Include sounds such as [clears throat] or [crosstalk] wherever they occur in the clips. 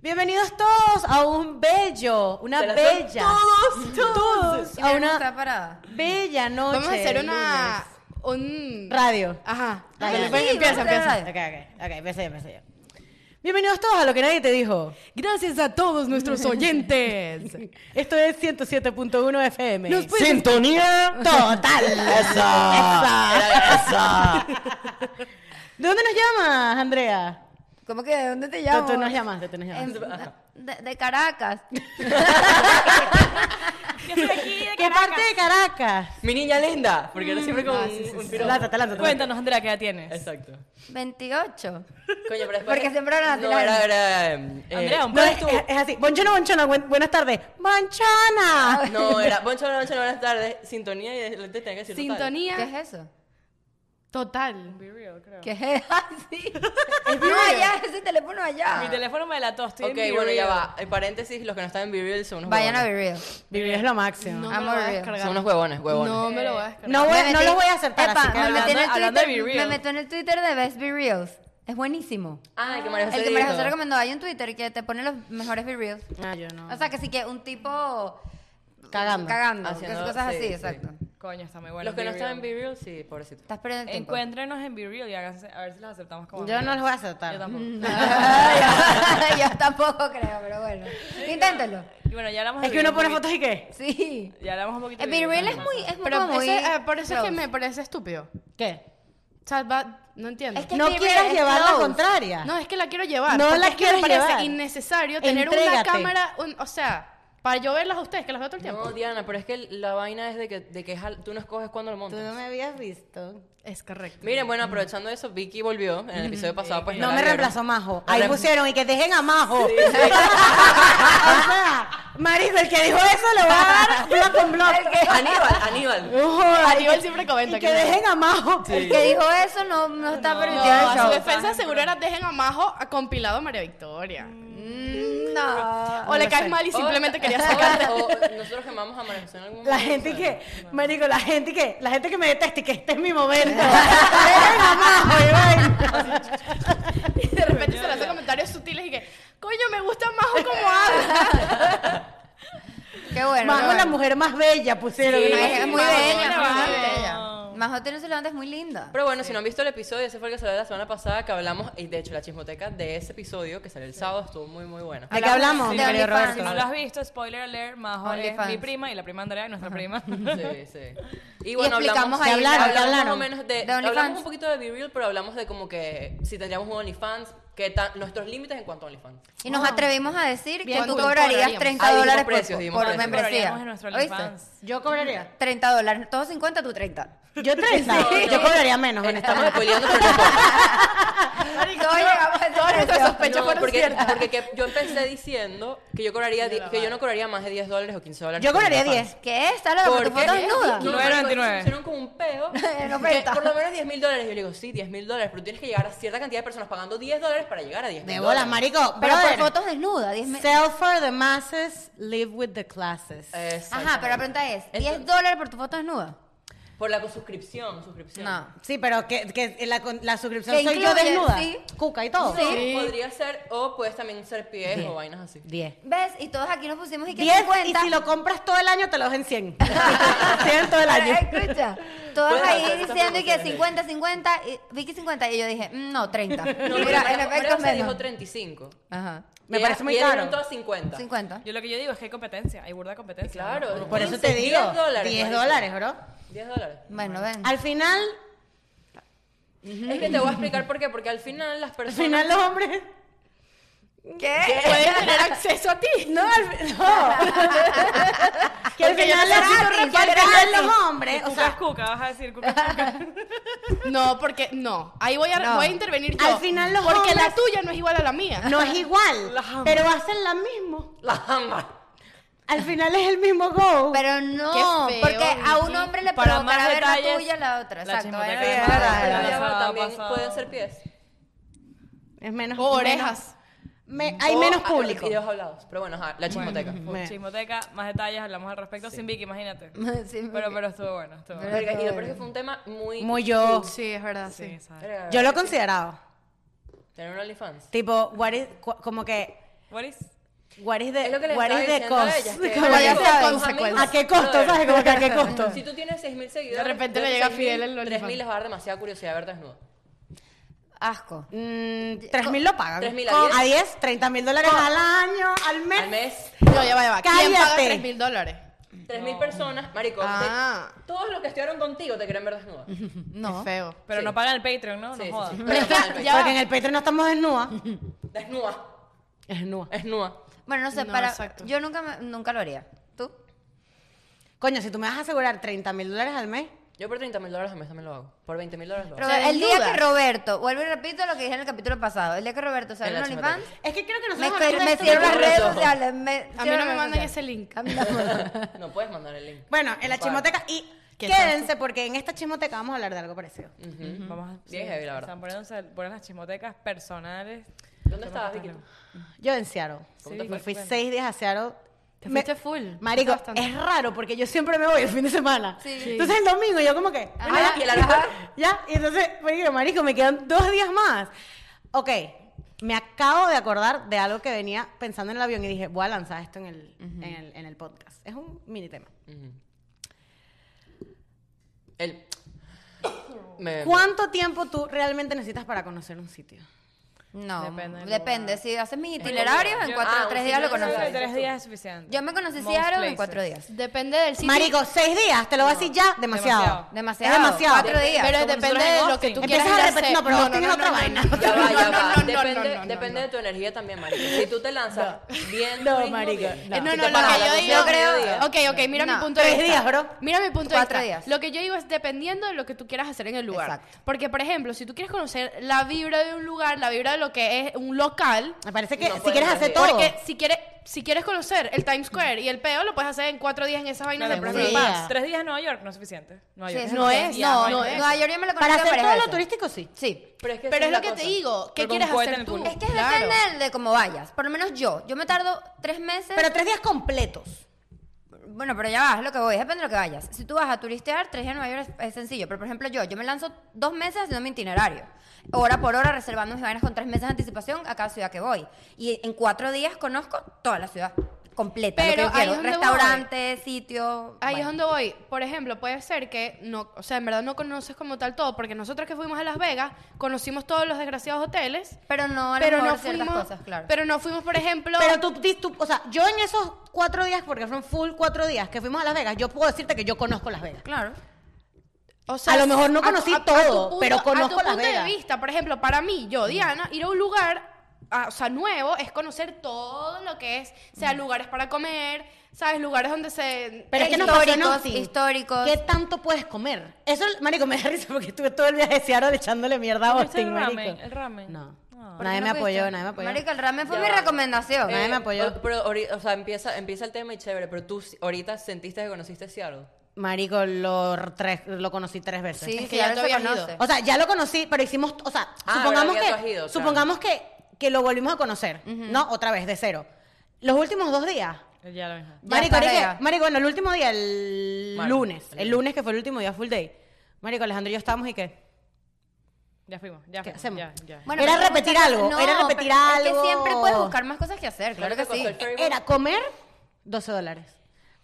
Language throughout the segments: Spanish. Bienvenidos todos a un bello, una Pero son bella. [laughs] todos, todos. Y A Manu está una parada. bella noche. Vamos a hacer de una. Un. lunes. radio. Ajá. Radio. Dale, pues, Ah, Sí, empieza, vamos a hacer empieza. Ok, ok, ok, empecé, empecé yo. Bienvenidos todos a lo que nadie te dijo. Gracias a todos [laughs] nuestros oyentes. Esto es 107.1 FM. Nos puedes- Sintonía total. Eso. Eso. ¿De dónde nos llamas, Andrea? ¿Cómo que de dónde te Tú, llamas? tú nos llamaste, tú nos Em, llamaste. de, de Caracas. Yo soy aquí de ¿Qué Caracas. parte de Caracas? Mi niña linda. Porque ahora siempre con un, un piropo. Lánzate, lánzate. Cuéntanos, Andrea, ¿qué edad tienes? Exacto. 28. Coño, pero después... Porque siempre hablan No, latina. era, era... em, eh, Andrea, un No, par es, de tu... es- es así. Bonchona, bonchona, buen- buenas tardes. ¡Bonchona! No, era... Boncho, buenas noches, buenas tardes. Sintonía y le tenía que decir total. Sintonía ¿Qué es eso? total. ¿Qué es [laughs] así? no, allá, ese teléfono allá. Mi teléfono me delató, estoy Ok, en bueno, ya B-Real. va. En paréntesis, los que no están en B-Real son unos Vayan a huevones. ver real. Vivir es lo máximo. No No, me lo Amor voy a real. descargar. Son unos huevones, huevones. No me lo voy a descargar. voy- Me no metí- lo voy a aceptar Epa, así que me, metí en el hablando- hablando de Twitter, Be Real. me meto en el Twitter de Best Be Reals. Es buenísimo. Ay, Ah, que María José el que María dijo. José recomendó, hay un Twitter que te pone los mejores Be Reals. Ah, yo no. O sea, que sí que un tipo... Cagando. Cagando, Haciendo- cosas así, sí, sí. exacto. Coño, está muy bueno. Los que no están B-Real. en B-Real, sí, pobrecito. Estás perdiendo el tiempo. [laughs] Encuéntrenos en B-Real y háganse, a ver si los aceptamos como yo no los voy amigos. a Yo aceptar. tampoco. [laughs] Ay, yo tampoco creo, pero bueno. Inténtalo. Y bueno, ya hablamos [laughs] de Es que uno pone B-Real un poquito- fotos y qué. Sí. Ya hablamos un poquito El de Be Real B-Real. es muy, es muy, Pero como muy ese- eh, por eso es que close. me parece estúpido. ¿Qué? O sea, va- no entiendo. Es que No Be quieras Real es llevar la close. contraria. No, es que la quiero llevar. No porque la es que quieres me parece llevar. innecesario tener una Entrégate. cámara, un- o sea, para yo verlas a ustedes, que las veo todo el tiempo. No, Diana, pero es que la vaina es de que, de que jal- tú no escoges cuándo lo Tú montas. no me habías visto. Es correcto. Miren, bueno, aprovechando eso, Vicky volvió en el episodio pasado. Pues No la me vieron. reemplazó Majo. La Ahí reem- pusieron y que dejen a Majo. [laughs] o sea, Marico, el que dijo eso le va a dar block con block. [laughs] Aníbal, Aníbal. No jodas. Aníbal siempre comenta Y que que- dejen a Majo. El que dijo eso no, no está No, permitido en el su show. defensa seguro era dejen a Majo a compilado a María Victoria. Mm, No. o le caes mal y simplemente [laughs] quería sacarte. O, Oh, o nosotros quemamos a María José en algún momento. La gente y ¿sabes? que, marico, la gente y que, la gente que me detesta y que este es mi [laughs] momento. Dejen a Majo, Iván. Y de repente se le hace comentarios sutiles y que, coño, me gusta Majo como habla. Qué bueno. Majo es la qué bueno. mujer más bella, pusieron. Sí, Ay, es muy Majo bella, tiene muy levante. bella. Majo tiene su levante, es muy linda. Pero bueno, si no han visto el episodio, ese fue el que salió la semana pasada, que hablamos, y de hecho la chismoteca de ese episodio, que salió el sábado, estuvo muy, muy buena. Ah. ¿De qué hablamos, de Mario OnlyFans. Roberto? Si no lo has visto, spoiler alert, Majo es OnlyFans. mi prima y la prima Andrea, nuestra prima. Sí, sí. Y bueno, explicamos hablamos, ahí, hablamos, ¿hablaron? más o ¿hablaron? menos de, ¿De hablamos OnlyFans? un poquito de Be Real, pero hablamos de como que si tendríamos un OnlyFans, que tan, nuestros límites en cuanto a OnlyFans. Y nos atrevimos a decir que Bien, tú ¿cuánto cobrarías cobraríamos? 30 Ah, dijimos dólares precios, por, dijimos por precios. membresía. Cobraríamos en nuestro ¿Oíste? OnlyFans. Yo cobraría. 30 dólares. Todos 50, tú 30. Yo 30. No, Yo no. cobraría menos, Eh, Estamos honestamente. spoileando, pero no importa. Todos llegamos a ese Todas nuestras precio. sospechas No, fueron porque, ciertas. porque que yo empecé diciendo que yo cobraría di- que yo no cobraría más de 10 dólares o 15 dólares. Yo por cobraría OnlyFans. 10. ¿Qué es? ¿Estás loco? ¿Tu foto Porque- desnuda? No, 9.99. Hicieron como un peo. En que oferta. Por lo menos 10 mil dólares. Yo le digo, sí, 10 mil dólares, pero tienes que llegar a cierta cantidad de personas pagando 10 dólares para llegar a 10 mil De bolas, marico. Pero por brother. fotos desnudas. 10 me- Sell for the masses, live with the classes. Ajá, pero la pregunta es, ¿10 Entonces- dólares por tu foto desnuda? Por la suscripción, suscripción. No. Sí, pero que, que la, con- la suscripción Que soy yo incluye, desnuda. sí. Cuca y todo. Sí. Podría ser, o puedes también ser pies o vainas así. 10. ¿Ves? Y todos aquí nos pusimos y que 10 y 50. si lo compras todo el año te lo dejo en [laughs] [laughs] 100. 100 todo el año. Escucha, todos Bueno, ahí pero esas diciendo y que promociones. 50, 50, y Vicky 50. Y yo dije, mm, no, 30. No, Mira, pero en María efecto José dijo menos. 35. Ajá. Me Y parece ella- muy y ella caro. dijo todas 50. 50. Yo lo que yo digo es que hay competencia, hay burda competencia. Claro. ¿no? Por eso te 15, digo, 10 dólares, 10 marico. dólares, bro. 10 dólares. Bueno, ven. Al final, Es que te voy a explicar por qué. Porque al final las al [laughs] personas. final los hombres... ¿Qué? Pueden [laughs] tener acceso a ti. No, al, [laughs] no. que al Porque yo final, necesito que al repartir final gratis. Ah, los hombres, o Cuca es sea, cuca, vas a decir cuca es cuca. [laughs] No, porque no. Ahí voy a, No. voy a intervenir yo. Al final los Porque hombres- la tuya no es igual a la mía. no es [laughs] igual, Las amo. pero hacen la mismo. Las ambas. Al final es el mismo go. Pero no, Qué feo, porque a un Vicky. hombre le Para provocará más ver la detalles, tuya la otra. la Exacto. chismoteca vayan de a ver Majo. la- Pero la ya va, pasada, también pasada. pueden ser pies. es menos Oh, ah, O orejas. menos- me- hay O menos a- público. Videos hablados. Pero bueno, ajá, la chismoteca. Me- Chismoteca, más detalles, hablamos al respecto sin Vicky, imagínate. Sí, porque- Pero, pero estuvo bueno, estuvo [laughs] bueno. Pero- Verga, y lo peor es que fue un tema muy. Muy yo. Sí, es verdad, Sí, ¿sabes? Verga, Yo lo he considerado. Tener un OnlyFans. Tipo, what is- cu- como que What is? What is the, Es lo que les what estaba is the diciendo a ellas, cost? que [laughs] Como ellas que- saben. ¿A qué costo? ¿Sabes? Como que a qué costo. Si tú tienes 6.000 seguidores. De repente ver le llega 6.000, Fidel el OnlyFans. 3.000 les va a dar demasiada curiosidad verte desnudo. Asco. Mm, 3.000 lo pagan. 3.000 a Con- 10. a 10, 30 mil dólares al año, al mes. Al mes, No, ya va, ya va. ¿Quién paga Cállate. 3 mil dólares? 3.000 personas. Marico, te- Ah. todos los que estudiaron contigo te quieren ver desnuda. No. Es feo. Pero Sí. no pagan el Patreon, ¿no? Sí, sí, no jodas. sí. pues. Pero es que ya Porque va. en el Patreon no estamos desnudas. Desnuda. Desnudas. Desnuda. Bueno, no sé, No, para. exacto. Yo nunca, me- nunca lo haría. ¿Tú? Coño, si tú me vas a asegurar 30 mil dólares al mes, Yo por 30.000 dólares al mes también lo hago. Por 20.000 dólares lo hago. Robert- sea, el desnuda. día que Roberto, vuelvo y repito lo que dije en el capítulo pasado, el día que Roberto sale En en la OnlyFans, es que creo que me, nosotros hablamos de me esto cierro en las otro redes episodio. sociales. me A mí cierro no me las mandan redes ese sociales. link. A mí no. [laughs] No puedes mandar el link. Bueno, en la Vale. chismoteca y Qué quédense porque en esta chismoteca vamos a hablar de algo parecido. Ujú. Vamos a... Bien heavy, la verdad. Están poniéndose ponen las chismotecas personales. ¿Dónde estabas, Vicky? Yo en Seattle. ¿Cómo te me fue? fui Bueno. seis días a Seattle. Te Me- fuiste full. Marico, Bastante. es raro porque yo siempre me voy el fin de semana. Sí. Entonces el domingo yo como que... Ajá. bueno, Y el alcohol. Ya, y entonces, marico, marico, me quedan dos días más. Ok, me acabo de acordar de algo que venía pensando en el avión y dije, voy a lanzar esto en el, en el, en el podcast. Es un mini tema. Ujú. [coughs] El... Me- ¿Cuánto tiempo tú realmente necesitas para conocer un sitio? No, Depende del depende. lugar. Si haces mis itinerarios, en Yo- cuatro ah, o tres un días lo sitio de Yo creo que conoces. tres días es suficiente. Yo me conocí Most Seattle en places. cuatro días. Depende del sitio. Marico, seis días, te lo voy a decir ya, demasiado. Demasiado. Demasiado. Es demasiado. Cuatro días. Pero Como depende nosotros en de lo que tú Austin. quieras Empiezas a ir a repetir- hacer. no, pero Austin es otra vaina. Ya va, ya va. [laughs] no, no, Depende, no, no, depende no. de tu energía también, marico. Si tú te lanzas bien No, turismo, marico, bien. no. Si No, te no, lo paras que a yo las digo. doce del creo- mediodía. Ok, ok, mira No, mi punto de tres vista. días, bro. Mira mi punto de Cuatro vista. días. Lo que yo digo es dependiendo de lo que tú quieras hacer en el lugar. Exacto. Porque, por ejemplo, si tú quieres conocer la vibra de un lugar, la vibra de lo que es un local, Me parece que No si puedes quieres hacer hacer todo. porque si quieres, si quieres conocer el Times Square y el peo, lo puedes hacer en cuatro días en esa vaina Claro, de pero pero sí. Plaza Paz. pa- Tres días en Nueva York no es suficiente. Nueva Sí, York. eso No sí. es, No, no es. Nueva York yo me lo conocí Para hacer varias todo lo veces. turístico, sí. Sí. Pero es que, esa Pero es lo la que te cosa. digo, ¿qué Pero con quieres cohete en hacer el tú? culo. Es que Claro. depende de cómo vayas. Por lo menos yo. Yo me tardo tres meses. Pero tres días completos. Bueno, pero ya vas, lo que voy, depende de lo que vayas. Si tú vas a turistear, tres días en Nueva York es, es sencillo. Pero, por ejemplo, yo, yo me lanzo dos meses haciendo mi itinerario. Hora por hora, reservando mis vainas con tres meses de anticipación a cada ciudad que voy. Y en cuatro días conozco toda la ciudad completa. lo Pero que yo ahí quiero. es donde Restaurantes, sitios. Ahí es bueno. donde voy. Por ejemplo, puede ser que no, o sea, en verdad no conoces como tal todo, porque nosotros que fuimos a Las Vegas conocimos todos los desgraciados hoteles, Pero no, a lo pero mejor no ciertas fuimos, cosas, claro. pero no fuimos, por ejemplo, Pero tú, di- tú- o sea, yo en esos cuatro días, porque fueron full cuatro días que fuimos a Las Vegas, yo puedo decirte que yo conozco Las Vegas. claro. o sea, a lo mejor no a tu- conocí a- a todo, tu punto- pero a tu conozco Las punto Vegas. de vista, por ejemplo, para mí, yo Diana, ir a un lugar a- o sea, nuevo es conocer todo lo que es, sea Mm. lugares para comer, sabes, lugares donde se Pero es que nos pasó en Históricos, Austin. históricos. ¿Qué tanto puedes comer? Eso, marico, me da risa porque estuve todo el viaje de Seattle echándole mierda a ¿No viste Austin, el ramen? marico. El ramen. No. Ah. Nadie me ¿No fuiste? apoyó, nadie me apoyó. Marica, el ramen fue Ya mi va. Eh, recomendación. Nadie me apoyó. O- pero, ori- o sea, empieza, empieza el tema y chévere, pero tú si- ahorita sentiste que conociste Seattle. Marico, lo, tres- lo conocí tres veces. sí, Es que sí, ya él te se habías ido. conoce. O sea, ya lo conocí, pero hicimos, o sea, Ah, supongamos, pero ya tú que, has ido, claro. supongamos que, que lo volvimos a conocer, ¿no? Otra vez, de cero. Los últimos dos días, Ya lo mismo. Ya Marico, está dije- rega. Marico, bueno, el último día, el Martes. lunes, el lunes que fue el último día full day. Marico, Alejandro y yo estábamos y qué. Ya fuimos, ya ¿Qué fuimos, hacemos? Ya, ya. Bueno, Era pero repetir muchas algo, cosas- era repetir pero Es algo. que siempre puedes buscar más cosas que hacer, claro que ¿Cuánto sí. costó el ferry boat? Era comer 12 dólares.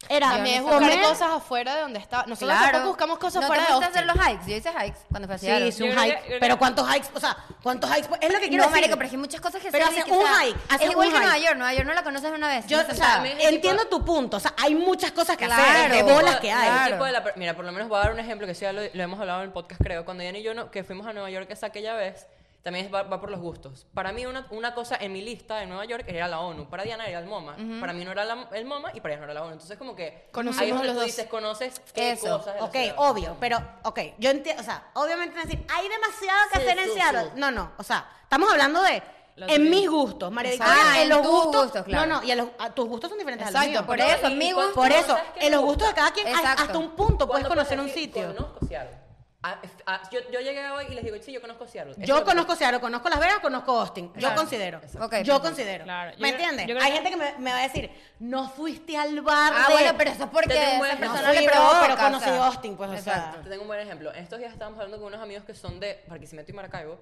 Era también es buscar comer. cosas afuera de donde está. Nosotros Claro. tampoco buscamos cosas ¿No fuera te de gusta hacer Austin. los hikes? Yo hice hikes cuando fui a Sí, Seattle. hice un Yo creo que- hike. yo creo pero que- ¿cuántos hikes? O sea, ¿cuántos hikes? Es lo que quiero no, decir. marico, pero hay muchas cosas que Pero hacer. hace y que, un o sea, hike, hace Es igual un que Nueva hike. York. Nueva York no la conoces una vez. "Ah, Yo, no o se sea, sabe. es el entiendo tu punto. O sea, hay muchas cosas que hacer, Claro. de bolas que hay. El tipo de la per- mira, por lo menos voy a dar un ejemplo que sí, ya lo, lo hemos hablado en el podcast, creo. Cuando Diana y yo no- que fuimos a Nueva York esa aquella vez, también es- va, va por los gustos. Para mí, una, una cosa en mi lista de Nueva York era la ONU. Para Diana era el MoMA. Para mí no era la- el MoMA y para ella no era la ONU. Entonces, como que Conocemos ahí es donde los tú dos. dices, conoces qué Eso, cosas. de la Ok, ciudad. obvio, pero, ok, yo entiendo, o sea, obviamente van a decir, hay demasiado que Sí, hacer en sí, Seattle. sí. No, no, o sea, estamos hablando de, Lo en tuyo. mis gustos, María Exacto. Victoria, Ah, en los tus gustos, claro. No, no, y a los- a tus gustos son diferentes a los Exacto, míos. por No, eso, y- y mi cuando- gusto. por ¿Tú eso, sabes qué en los gusta? gustos de cada quien, hay- Exacto. hasta un punto puedes ¿Cuándo conocer un decir, sitio. Conozco Seattle. Ah, f- ah, yo, yo llegué hoy y les digo, sí, yo conozco Seattle. Eso es Yo lo que- conozco Seattle, conozco Las Vegas, conozco Austin. Yo considero. Ok, yo perfecto. considero. Claro, yo ¿Me creo- entiendes? yo creo Hay que- gente que me, me va a decir, no fuiste al bar. Ah, de- bueno, pero eso es porque Te tengo un esa buen- no persona fui, le bro, provoca, pero o sea. conocí Austin, pues, o sea. Exacto. Te tengo un buen ejemplo. En estos días estábamos hablando con unos amigos que son de Barquisimeto y Maracaibo. eh,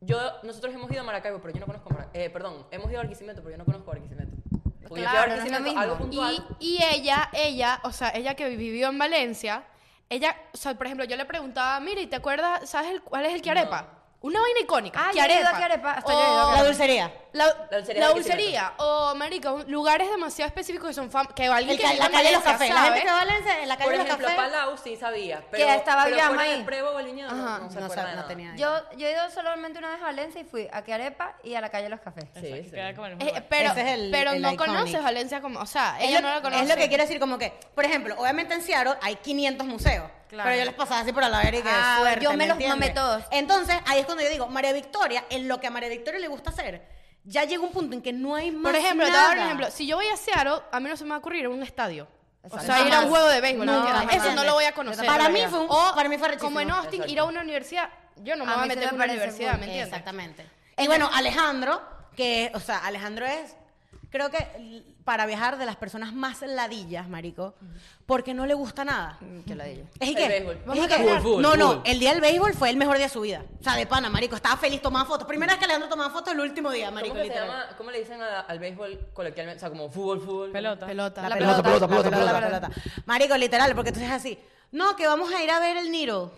Yo, nosotros hemos ido a Maracaibo, pero yo no conozco Maracaibo. perdón, hemos ido a Barquisimeto, pero yo no conozco Barquisimeto. Porque yo fui a ver Claro, que no es sí lo me- algo mismo. puntual. Y, y ella, ella, o sea, ella que vivió en Valencia, ella, o sea, por ejemplo, yo le preguntaba, mira, ¿y te acuerdas, sabes el- cuál es el quiarepa? Una vaina icónica. Ah, yo he ido a quiarepa. Quiarepa, hasta yo he ido a La O- dulcería. La, La dulcería la de dulcería. O, marica, un- lugares demasiado específicos que son fam que alguien El que ca- vive la en calle de los Valencia cafés. La sabe. gente que va a Valencia en la calle Por de los ejemplo, cafés. Palau sí sabía. Pero, estaba pero Llama fuera de ahí. Prevo Boliñano no se No, acuerda sab- de no nada. tenía idea. Yo, yo he ido solamente una vez a Valencia y fui a Quiarepa y a la calle de los cafés. Sí, Exacto, sí. queda como en el mismo Eh, lugar. pero Ese es el- pero el no iconic. conoces Valencia como, o sea, Es ella lo- no la conoce. Es lo que quiero decir, como que, por ejemplo, obviamente en Seattle hay 500 museos. Claro. Pero yo les pasaba así por la vera y que Ah, suerte, yo me los entiendes? mamé todos. Entonces, ahí es cuando yo digo, María Victoria, en lo que a María Victoria le gusta hacer, ya llega un punto en que no hay más Por ejemplo, te voy a nada. dar un ejemplo. Si yo voy a Seattle, a mí no se me va a ocurrir un estadio. O Exacto. sea, ir a un Jamás. juego de béisbol. Nunca, ¿entiendes? jamás. Eso no lo voy a conocer. Para mí fue un- O, para mí fue Como en rechísimo. Austin, ir a una universidad, yo no me A voy a mí sí meter me en una parece universidad, full, ¿me entiendes? Exactamente. Y bueno, Alejandro, que, o sea, Alejandro es, creo que l- para viajar de las personas más ladillas, marico, porque no le gusta nada. Yo la digo. Es El Mm, que, béisbol. es Vamos a que- caminar. Fútbol, no, no, fútbol. el día del béisbol fue el mejor día de su vida. O sea, de pana, marico, estaba feliz, tomaba fotos. Primera vez que Alejandro tomaba fotos, el último día, marico. ¿Cómo, que se literal. llama, ¿Cómo le dicen a- al béisbol coloquialmente? O sea, como fútbol, fútbol. Pelota. Pelota. La, La pelota, pelota, la pelota, pelota, la pelota. pelota. Marico, literal, porque entonces es así. No, que vamos a ir a ver el Niro.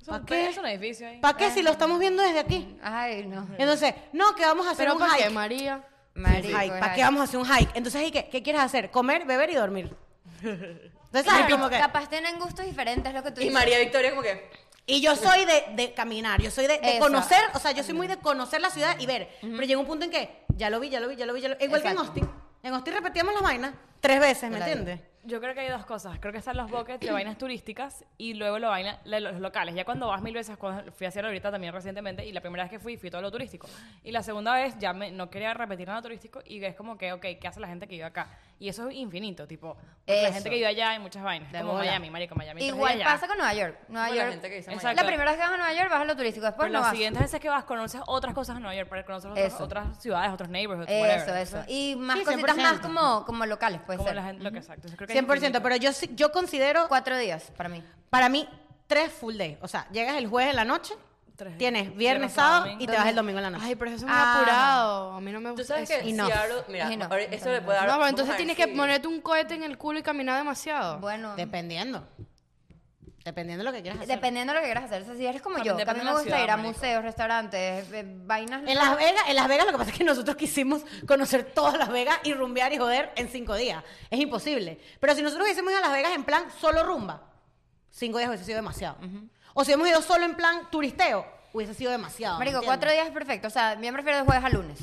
Es un- ¿Para qué? Es un edificio ahí. ¿Para qué si lo estamos viendo desde aquí? Ay, no. Entonces, no, que vamos a hacer Pero un ¿para qué, hike. María? Marico, hike. ¿Para ay. qué vamos a hacer un hike? Entonces, ¿y qué? ¿Qué quieres hacer? Comer, beber y dormir. Entonces, ¿sabes? Claro, Como que- Capaz tienen gustos diferentes, lo que tú Y dices. María Victoria como que... Y yo soy de, de caminar, yo soy de, de Eso. conocer, o sea, yo soy muy de conocer la ciudad y ver. Pero llega un punto en que ya lo vi, ya lo vi, ya lo vi, ya lo vi. Igual Exacto. que en Austin. En Austin repetíamos las vainas tres veces, ¿me Claro. entiendes? Yo creo que hay dos cosas. Creo que están los buckets de vainas turísticas y luego lo vaina, la- los locales. Ya cuando vas mil veces, cuando fui a hacerlo ahorita también recientemente, y la primera vez que fui, fui todo lo turístico. Y la segunda vez ya me- no quería repetir nada turístico y es como que, ok, ¿qué hace la gente que vive acá? Y eso es infinito, tipo, porque la Eso. gente que vive allá hay muchas vainas. De como bola. Miami, marico, Miami. tres Igual días allá. pasa con Nueva York. Nueva Como la York. gente que dice Exacto. Miami. La primera vez que vas a Nueva York vas a lo turístico, después Pero no las vas. siguientes veces que vas conoces otras cosas en Nueva York, conoces otras, Eso. otras ciudades, otros neighborhoods, Eso, whatever. eso. Y más Sí, cositas 100%. más como, como locales, puede Como ser. la gente, lo que exacto. Entonces, creo que es 100%, infinito. pero yo, sí- yo considero, Cuatro días para mí. para mí, tres full days. O sea, llegas el jueves en la noche, Tres. tienes viernes, Viernes, sábado sábado, y te domingo. vas el domingo en la noche. Ay, pero eso es muy Ah. apurado. A mí no me gusta. Tú sabes eso. que enough. Seattle... Mira, Es enough. ahora eso le puede dar... No, pero vamos entonces a ver tienes si- que ponerte un cohete en el culo y caminar demasiado. Bueno, Dependiendo. Dependiendo de lo que quieras hacer. dependiendo de lo que quieras hacer. O sea, si eres como yo, También que a mí depende me de la gusta ciudad, ir a marico. museos, restaurantes, eh, vainas. En Las Vegas, en Las Vegas lo que pasa es que nosotros quisimos conocer todas Las Vegas y rumbear y joder en cinco días. Es imposible. Pero si nosotros hubiésemos ido a Las Vegas en plan solo rumba, cinco días hubiese sido demasiado. O si hubiésemos ido solo en plan turisteo, hubiese sido demasiado. Marico, ¿entiendes? cuatro días es perfecto. O sea, yo me refiero de jueves a lunes.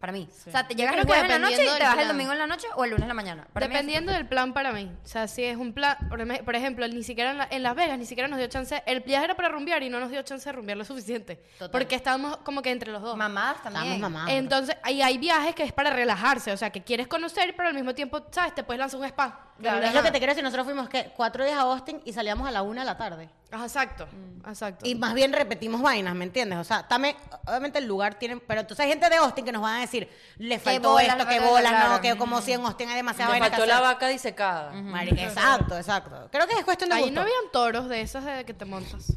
Para mí. O sea, te llegas creo el que jueves en la noche y dependiendo te del vas el plan. domingo en la noche o el lunes en la mañana. Para mí es- Dependiendo del plan para mí. O sea, si es un plan, por em- por ejemplo, ni siquiera en, la- en Las Vegas, ni siquiera nos dio chance, el viaje era para rumbear y no nos dio chance de rumbear lo suficiente. Total. Porque estábamos como que entre los dos. Mamadas también. Estamos mamados. Entonces, ahí hay viajes que es para relajarse, o sea, que quieres conocer, pero al mismo tiempo, ¿sabes? Te puedes lanzar un spa. Claro. Es lo que te quiero decir. Nosotros fuimos ¿qué? cuatro días a Austin y salíamos a la una de la tarde. Ajá, exacto, Mm. exacto. Y más bien repetimos vainas, ¿me entiendes? O sea, también, obviamente el lugar tiene. Pero entonces hay gente de Austin que nos van a decir, le faltó bolas, esto, le que faltó- bolas, no, claro. que como si en Austin hay demasiadas Le vainas. que faltó la hacer. vaca disecada. Marica, exacto, exacto. Creo que es cuestión de Ahí gusto. no habían toros de esas de que [laughs] te montas.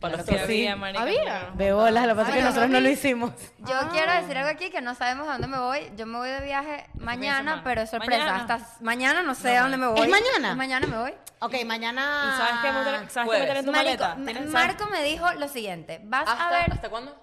Para Claro los que que- había, marica, Había. pero- De bolas, lo que pasa Ay, es que no, nosotros no no vi. lo hicimos. Yo quiero Ah. decir algo aquí que no sabemos a dónde me voy. Yo me voy de viaje mañana, semana. pero es sorpresa. Mañana. Hasta s- mañana no sé a dónde me voy. ¿Es mañana? Mañana me voy. Ok, mañana. ¿Y sabes qué meter, sabes qué Jueves. meter en tu Pues, Marico, maleta? M- Tienes- ¿sabes? Marco me dijo lo siguiente. Vas a ¿Hasta, ver ¿Hasta cuándo?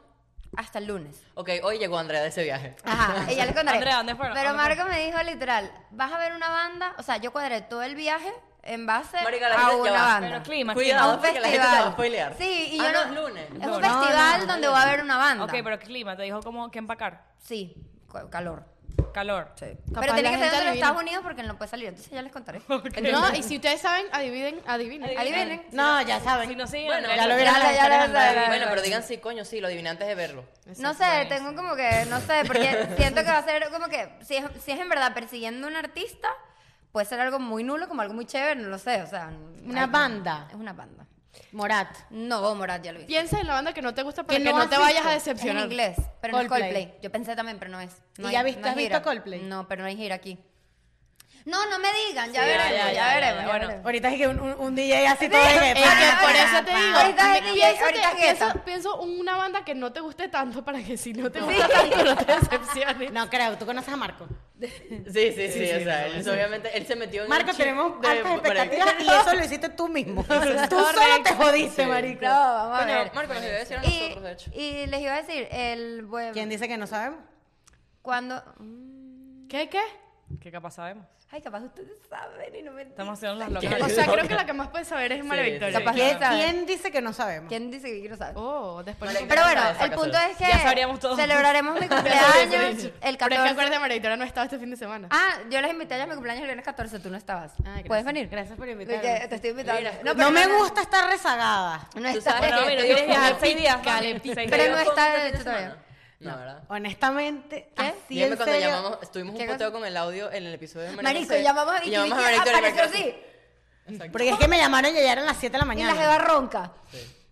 hasta el [laughs] lunes. Ok, hoy llegó Andrea de ese viaje. Ajá, ella le contaré. Andrea, ¿dónde fueron? Pero ¿Dónde Marco me dijo literal, vas a ver una banda, o sea, yo cuadré todo el viaje en base Marica, la a gente- ya una va. banda. Pero clima, Cuidado. A clima. un porque la gente te va a festival. spoilear. Sí, y yo Ah, no, no, es lunes. Es No, un no, festival no, donde va a haber una banda. Ok, pero clima, te dijo cómo que empacar. Sí, cu- calor. Calor. Sí. Capaz Pero la tiene que ser gente de los adivina. Estados Unidos porque no puede salir, entonces ya les [laughs] contaré. No, y si ustedes saben, adivinen, adivinen. Ahí vienen. No, ya saben. Si no siguen, Bueno, Andrea, ya lo no- verán Ya, las ya lo historias en saben. redes. Bueno, pero digan sí, coño, sí, lo adiviné antes de verlo. No sé, tengo como que, no sé, porque siento que va a ser como que, si es, si es en verdad persiguiendo a un artista, puede ser algo muy nulo, como algo muy chévere, no lo sé, o sea. Una banda. Es una banda. Morat. No, Morat, ya lo vi. Piensa en la banda que no te gusta para que, Que no, no has te vayas a visto. Es en decepcionar. inglés, pero no es Coldplay. Coldplay. Yo pensé también, pero no es. No ¿Y hay- ya viste- no hay has visto gira. Coldplay? No, pero no hay gira aquí. No, no me digan, ya Sí, ya, veremos, ya, ya, ya, veremos. ya, ya bueno. veremos. Ahorita es que un, un- un DJ así todo Sí, de Es que que pa, por pa, eso te pa. digo, Ahorita es me- DJ, pienso, ahorita que- es Guetta. pienso- pienso una banda que no te guste tanto para que si no te gusta tanto no te decepciones. No creo, tú conoces a Marco. Sí, sí, sí, o sea, él, obviamente él se metió en Marco, un chip tenemos de- altas para- expectativas y eso lo hiciste [laughs] tú mismo. tú solo te jodiste, marico. No, vamos a Coño, ver. Marco nos iba a decir a Y- nosotros, de hecho. Y les iba a decir, el buen- ¿Quién dice que no sabemos? Cuando. ¿Qué, qué? ¿Qué capaz sabemos? Ay, capaz ustedes saben y no me entienden. Estamos haciendo las locas. O sea, creo que la que más puedes saber es María Sí, Victoria. sí. Capaz ¿Quién, claro. quién dice que no sabemos? ¿Quién dice que quiero saber? Oh, después. Vale, nos Pero bueno, Saca, saca, el punto saca. es que Ya sabríamos todo. celebraremos mi cumpleaños el Pero es que 14. acuérdate, María Victoria no estaba este fin de semana. Ah, yo les invité a ellas a mi cumpleaños el viernes 14, tú no estabas. gracias. ¿Puedes venir? Gracias por invitarme. Oye, Te estoy invitando. Mira, no, pero No me no- gusta estar rezagada. No Tú está. sabes Bueno, que mira, te tienes digo, viajar ¿cómo seis días, te ¿no? digo Pero cómo no te está sientes hecho todavía. semana? No, ¿verdad? Honestamente, así Dígame en cuando serio. llamamos, estuvimos ¿Qué un poteo cosa? con el audio en el episodio de María Marico, José, llamamos a y Vicky. llamamos a Vicky, María Victoria y Apareció María así. Exacto. Porque es que me llamaron y llegaron a las 7 de la Y la mañana. jeva ronca.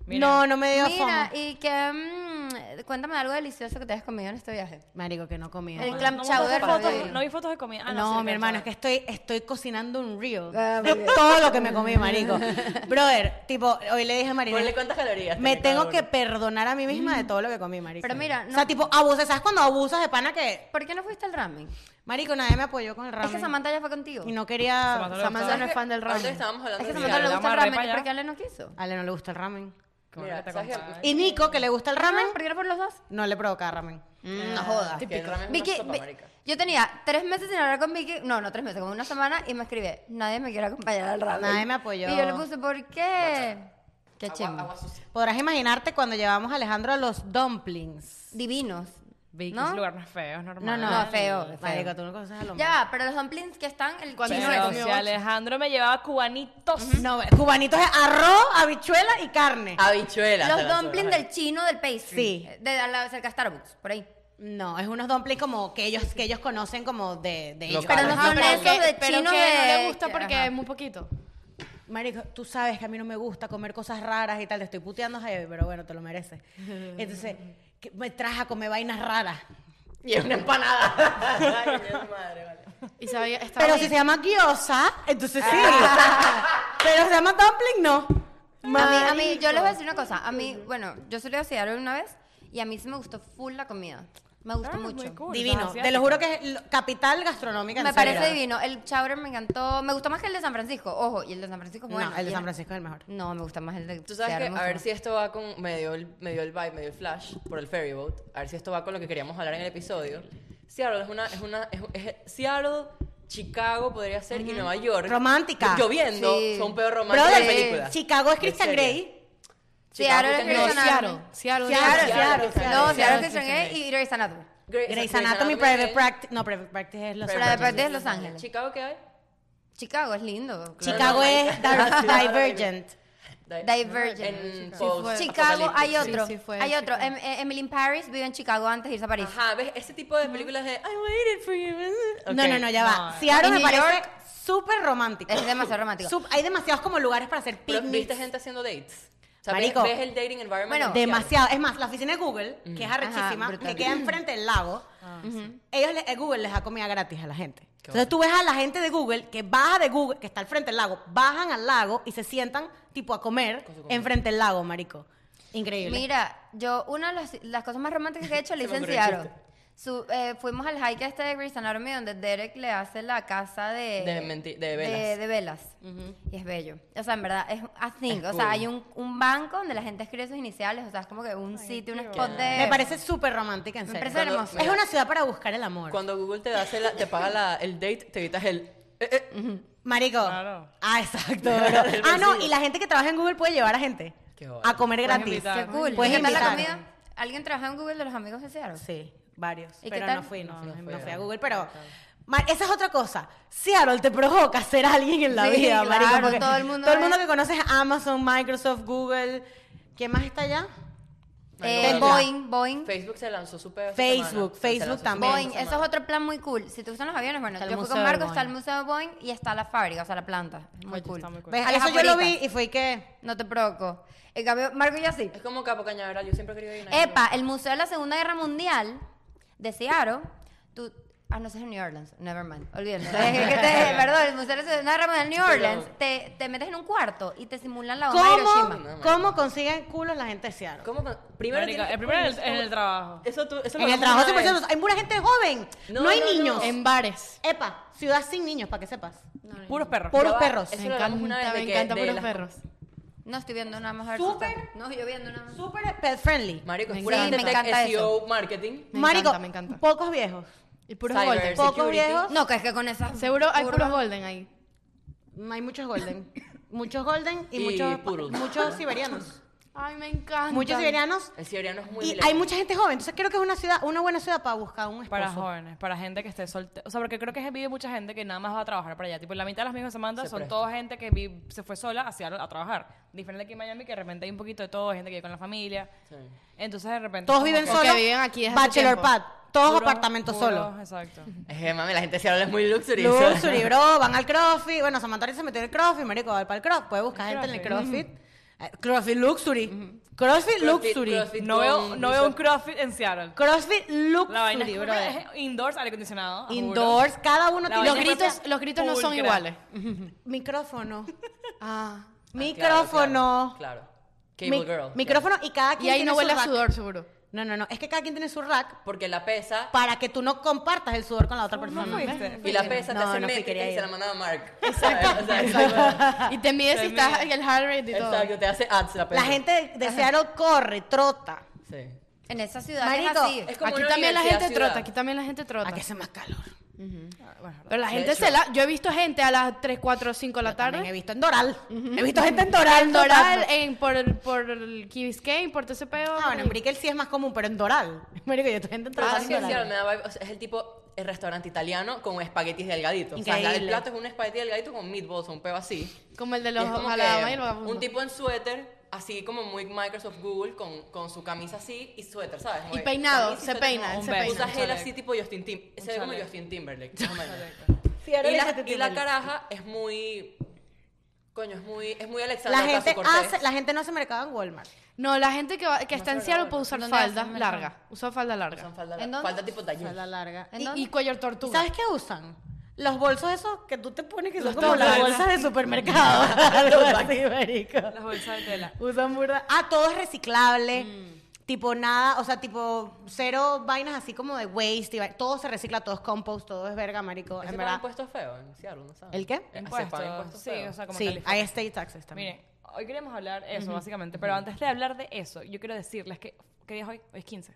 Mira. No, no me dio Mira, fomo. y que. mm, cuéntame algo delicioso que te hayas comido en este viaje. Marico, que no comí. El ¿no? clam No chowder. vi fotos- papi. no vi fotos de comida. Ah, no, sí, mi hermano, es que claro. estoy, estoy cocinando un reel Ah, muy de bien. todo lo que me comí, marico. Brother, tipo, hoy le dije a Marina, Ponle cuántas calorías. me tiene tengo cada que uno. perdonar a mí misma de todo lo que comí, marico. Pero mira, O sea, no- tipo, abusas, ¿sabes cuando abusas de pana que, ¿Por qué no fuiste al ramen? marico, nadie me apoyó con el ramen? Es que Samantha ya fue contigo. Y no quería... Samantha- Samantha- Samantha no es fan del Ahorita ramen. estábamos hablando Es que de Samantha Sí, le la gusta vamos a el reír ramen. para ¿Y por allá. qué a Ale no quiso? Ale no le gusta el ramen. Como Mira, que te ¿sabes qué? acompaña. Y Nico, que le gusta el ramen, Ah, ¿Por qué no fueron los dos? no le provocaba ramen. Mm, No jodas. Ah, Que el ramen es una Vicky, sopa, Vi- marica. yo tenía tres meses sin hablar con Vicky, no, no tres meses, como una semana, y me escribe, nadie me quiere acompañar al ramen. Nadie me apoyó. Y yo le puse, ¿por qué? Qué Agua, agua chingo. sucia. Podrás imaginarte cuando llevamos a Alejandro a los dumplings. Divinos. Vicky, ¿No? ese lugar no es feo, es normal. No, no, es feo, es feo. Marico, tú no conoces a los Ya, va, pero los dumplings que están, el ¿Cuándo chino se ese. Pero comió si ocho. Alejandro me llevaba Ah, cubanitos. No, cubanitos es arroz, habichuela y carne. Ah. Habichuelas. Los a las dumplings horas. del chino del pastry. Sí. De, a la, cerca de Starbucks, por ahí. No, es unos dumplings como que ellos, que ellos conocen como de, de ellos. Locales. Pero no Ajá, son pero esos de Pero que chinos no de... le gusta porque Ajá. es muy poquito. Marico, tú sabes que a mí no me gusta comer cosas raras y tal. Te estoy puteando, Javi, pero bueno, te lo [laughs] mereces. Entonces, que me traes a comer vainas raras. Y es una [laughs] empanada. Ay, Dios madre, vale. Y sabía, estaba Pero ahí. si se llama gyoza, entonces [laughs] sí. pero se llama dumpling, no. A mí, a mí, yo les voy a decir una cosa. A mí, bueno, yo solía oxidarlo una vez y a mí sí me gustó full la comida. Me gustó Ah, muy mucho. cool. Divino. Te lo juro que es lo- capital gastronómica. en Me serio. parece divino. El chowder me encantó. Me gustó más que el de San Francisco. Ojo, y el de San Francisco es bueno. no, el Y de San Francisco es el mejor. No, me gusta más el de Tú sabes Seattle, que, me gusta a ver más. si esto va con. Me dio, el, me dio el vibe, me dio el flash por el ferry boat. A ver si esto va con lo que queríamos hablar en el episodio. Seattle es una. Es una es, es- Seattle, Chicago podría ser y Nueva York. Romántica. Lloviendo. Sí. Son peor románticas de Brother, película. Chicago es De Christian serie. Grey. Seattle es Chicago, No, Grey's Grey's- Seattle. Anatomy. Seattle. Seattle, Seattle. Seattle, No, Seattle, Seattle Seattle, Christian Grey y Grey's Anatomy. Grey's- Grey's Grey's Anatomy, Private es- Practice. No, Private Practice es Los Pero Ángeles. después de Los Ángeles. Chicago, ¿qué hay? Chicago es lindo. Chicago No, [laughs] no, es marica. Di- Divergent. Di- En Divergent. post- Chicago, hay apocalipsis. otro. sí fue hay otro. Chicago. Em- em- Emily in Paris vive en Chicago antes de irse a París. Ajá, ¿ves? Ese tipo de películas de I waited for you. No, Ok. no, no, ya va. No, Seattle en me New parece York- súper romántico. Es demasiado romántico. Sup- Hay demasiados como lugares para hacer Pero viste picnics. gente haciendo dates. O sea, ves, Marico. ves el dating environment. Bueno, en Seattle. Demasiado. Es más, la oficina de Google, que es Ajá, arrechísima, brutal. Ah, que queda enfrente del lago, ellos le- eh, Google les da comida gratis a la gente. Entonces tú ves a la gente de Google que baja de Google, que está al frente del lago, bajan al lago y se sientan tipo a comer enfrente del lago, marico. Increíble. Mira, yo una de las, las cosas más románticas que he hecho le [laughs] Se hice me en ocurrió el Seattle. Su- eh, fuimos al hike este de Grey's Anatomy donde Derek le hace la casa de... De menti- de velas. De, de velas. Y es bello. O sea, en verdad, es a thing. o sea, cool. hay un, un banco donde la gente escribe sus iniciales. O sea, es como que un sitio, un spot de... Me parece súper romántica, en Me serio. parece Cuando- hermoso. Es Mira. una ciudad para buscar el amor. Cuando Google te, hace la- te paga la- el date, te evitas el. eh, eh. Marico. Claro. Ah, [laughs] exacto. bro. ah, no, y la gente que trabaja en Google puede llevar a gente Qué joder. a comer gratis. invitar. Qué cool. Puedes ¿Qué tal la invitar. comida? ¿Alguien trabaja en Google de los amigos de Seattle? Sí, varios. ¿Y pero qué tal? no fui, no, fui, no no fui. fui a Google, pero ma- esa es otra cosa. Seattle te provoca ser alguien en la Sí, vida, claro, marico, porque todo el mundo todo el es- mundo que conoces Amazon, Microsoft, Google, ¿quién más está allá? Eh, Venga. Boeing, Boeing. Facebook se lanzó súper. Facebook, Facebook también. Boeing, eso es otro plan muy cool. Si te gustan los aviones, bueno, Está el yo fui museo con de Marco, está el Boeing. museo de Boeing y está la fábrica, o sea, la planta. Muy Oye, cool. está muy cool. ¿Ves? A las Ah, Eso yo lo vi afueritas. y fue que... No te provoco. En cambio, Marco y yo sí. Es como Capo Cañaveral, yo siempre he querido ir a Epa, el Museo de la Segunda Guerra Mundial de Seattle, tú Ah, no, ese es en New Orleans. Never mind. [laughs] Olvídenlo. Es que te- perdón, el Museo Nacional Ramos del New Orleans. Te, te metes en un cuarto y te simulan la bomba de ¿Cómo, Hiroshima. cómo consiguen culos la gente de Seattle? ¿Cómo? con- Primero Marica, tienes- el primero en el, en el trabajo. Eso tú, eso lo En el hablamos trabajo una vez. 100%, hay pura gente joven. No, No, hay no, no. niños. En bares. Epa, ciudad sin niños, para que sepas. Puros perros. Puros Ya va, perros. Eso Me lo hablamos una vez encanta, de me que- encanta de puros las- perros. No, estoy viendo nada más. a ver si Súper. está- No, yo viendo nada más. Súper pet friendly. Marico, es Me pura encanta. gente Sí, me tech, encanta SEO, marketing. Me Marico, encanta, me encanta. pocos viejos. Y puros Cyber golden. Pocos security. viejos. No, que es que con esas. Seguro hay curvas- puros golden ahí. Hay muchos golden. muchos golden y, Y muchos, poodles. muchos siberianos. Ay, me encanta. muchos siberianos. El siberiano es muy Y milenio. hay mucha gente joven. Entonces creo que es una ciudad, una buena ciudad para buscar un esposo. Para jóvenes, para gente que esté soltera. O sea, porque creo que vive mucha gente que nada más va a trabajar para allá. Tipo, la mitad de las mismas semanas Se son presta. toda gente que vi- se fue sola hacia a trabajar. Diferente aquí en Miami, que de repente hay un poquito de todo, hay gente que vive con la familia. Sí. Entonces, de repente. Todos como viven que- solos. viven aquí desde hace Bachelor tiempo. pad. Todos puros- apartamentos puros, solos. [laughs] Exacto. Es que, mami, la gente de Seattle es muy luxury. Luxury, [laughs] bro. Van al crossfit. Bueno, Samantha ahorita se metió en el crossfit. Marico, va para el crossfit. Puede buscar gente en el crossfit. Eh, Crossfit luxury. Crossfit Crossfit, luxury. crossfit. No veo, no con- veo un CrossFit en Seattle. Crossfit La vaina es luxury, como bro. que es indoors, aire acondicionado. juro. Indoors. Cada uno La tiene Los vaina su es gritos, propia- los gritos no son pulcra. iguales. Micrófono. [laughs] Ah. Micrófono. Claro. claro. Mi- Cable girl. Micrófono y cada quien Y ahí tiene no su huele a rack. sudor, seguro. No, no, no. Es que cada quien tiene su rack Porque la pesa para que tú no compartas el sudor con la otra No persona. fuiste. y la pesa No, te hace no fui, métrica quería y ir. se la mandan a Mark. [laughs] Exacto. [laughs] Y te mide si Te estás en mide. el heart rate y todo. Exacto, te hace ads la pesa. La gente de Seattle corre, trota. Sí. En esa ciudad es Marico, así. Es como Aquí una también la universidad gente ciudad. trota, aquí también la gente trota. A Ah, que hace más calor. Pero la De gente hecho. se la... Yo he visto gente a las 3, 4, 5 de la También he tarde. visto en Doral. He visto gente en Doral. En Doral, eh, trotando. en, por, por el Key Biscayne, por todo ese pedo. Ah, bueno, en Brickell sí es más común, pero en Doral. [laughs] Marico, yo estoy gente en Pero Doral. ¿sabes qué? Seattle me da vibe- o sea, es el tipo el restaurante italiano con espaguetis delgaditos. O sea, el Increíble. plato es un espagueti delgadito con meatballs, un pedo así. Como el de Y los es como Alabama que y el vagabundo. un tipo en suéter, así como muy Microsoft Google, con, con su camisa así y suéter, ¿sabes? Como Y que peinado, camisa y se suéter, peina, como él un se beige. peina. Usa Un gel chaleco. así tipo Justin Timberlake. Se ve como chaleco. Justin Timberlake. más o menos. Seattle Y es la, este y la tipo. caraja es muy... Coño, es muy, es muy Alexandra La gente, Ocasio-Cortez. hace, la gente no hace mercado en Walmart. No, la gente que, va- que está en Seattle puede usar ¿Dónde falda hacen mercado? larga. Usa falda larga. Usan falda, ¿En larga. dónde? falda tipo taller. La larga. ¿En Y- dónde? Y cuello tortuga. ¿Sabes qué usan? Los bolsos esos que tú te pones que son Los como las tombas. bolsas de supermercado. Algo así, marico. Las bolsas de [laughs] Eh, tela. Usan burda. Ah, todo es reciclable. Mm. Tipo nada, o sea, tipo cero vainas así como de waste. y vai- todo se recicla, todo es compost, todo es verga, marico. ¿Se En pagan verdad. impuestos feos en Seattle? ¿No sabes? ¿El qué? Eh, Se Impuestos. pagan impuestos Sí, feos. o sea, como Sí, California. hay state taxes también. Miren, hoy queremos hablar eso, básicamente. Pero antes de hablar de eso, yo quiero decirles que. ¿Qué día es hoy? Hoy es 15.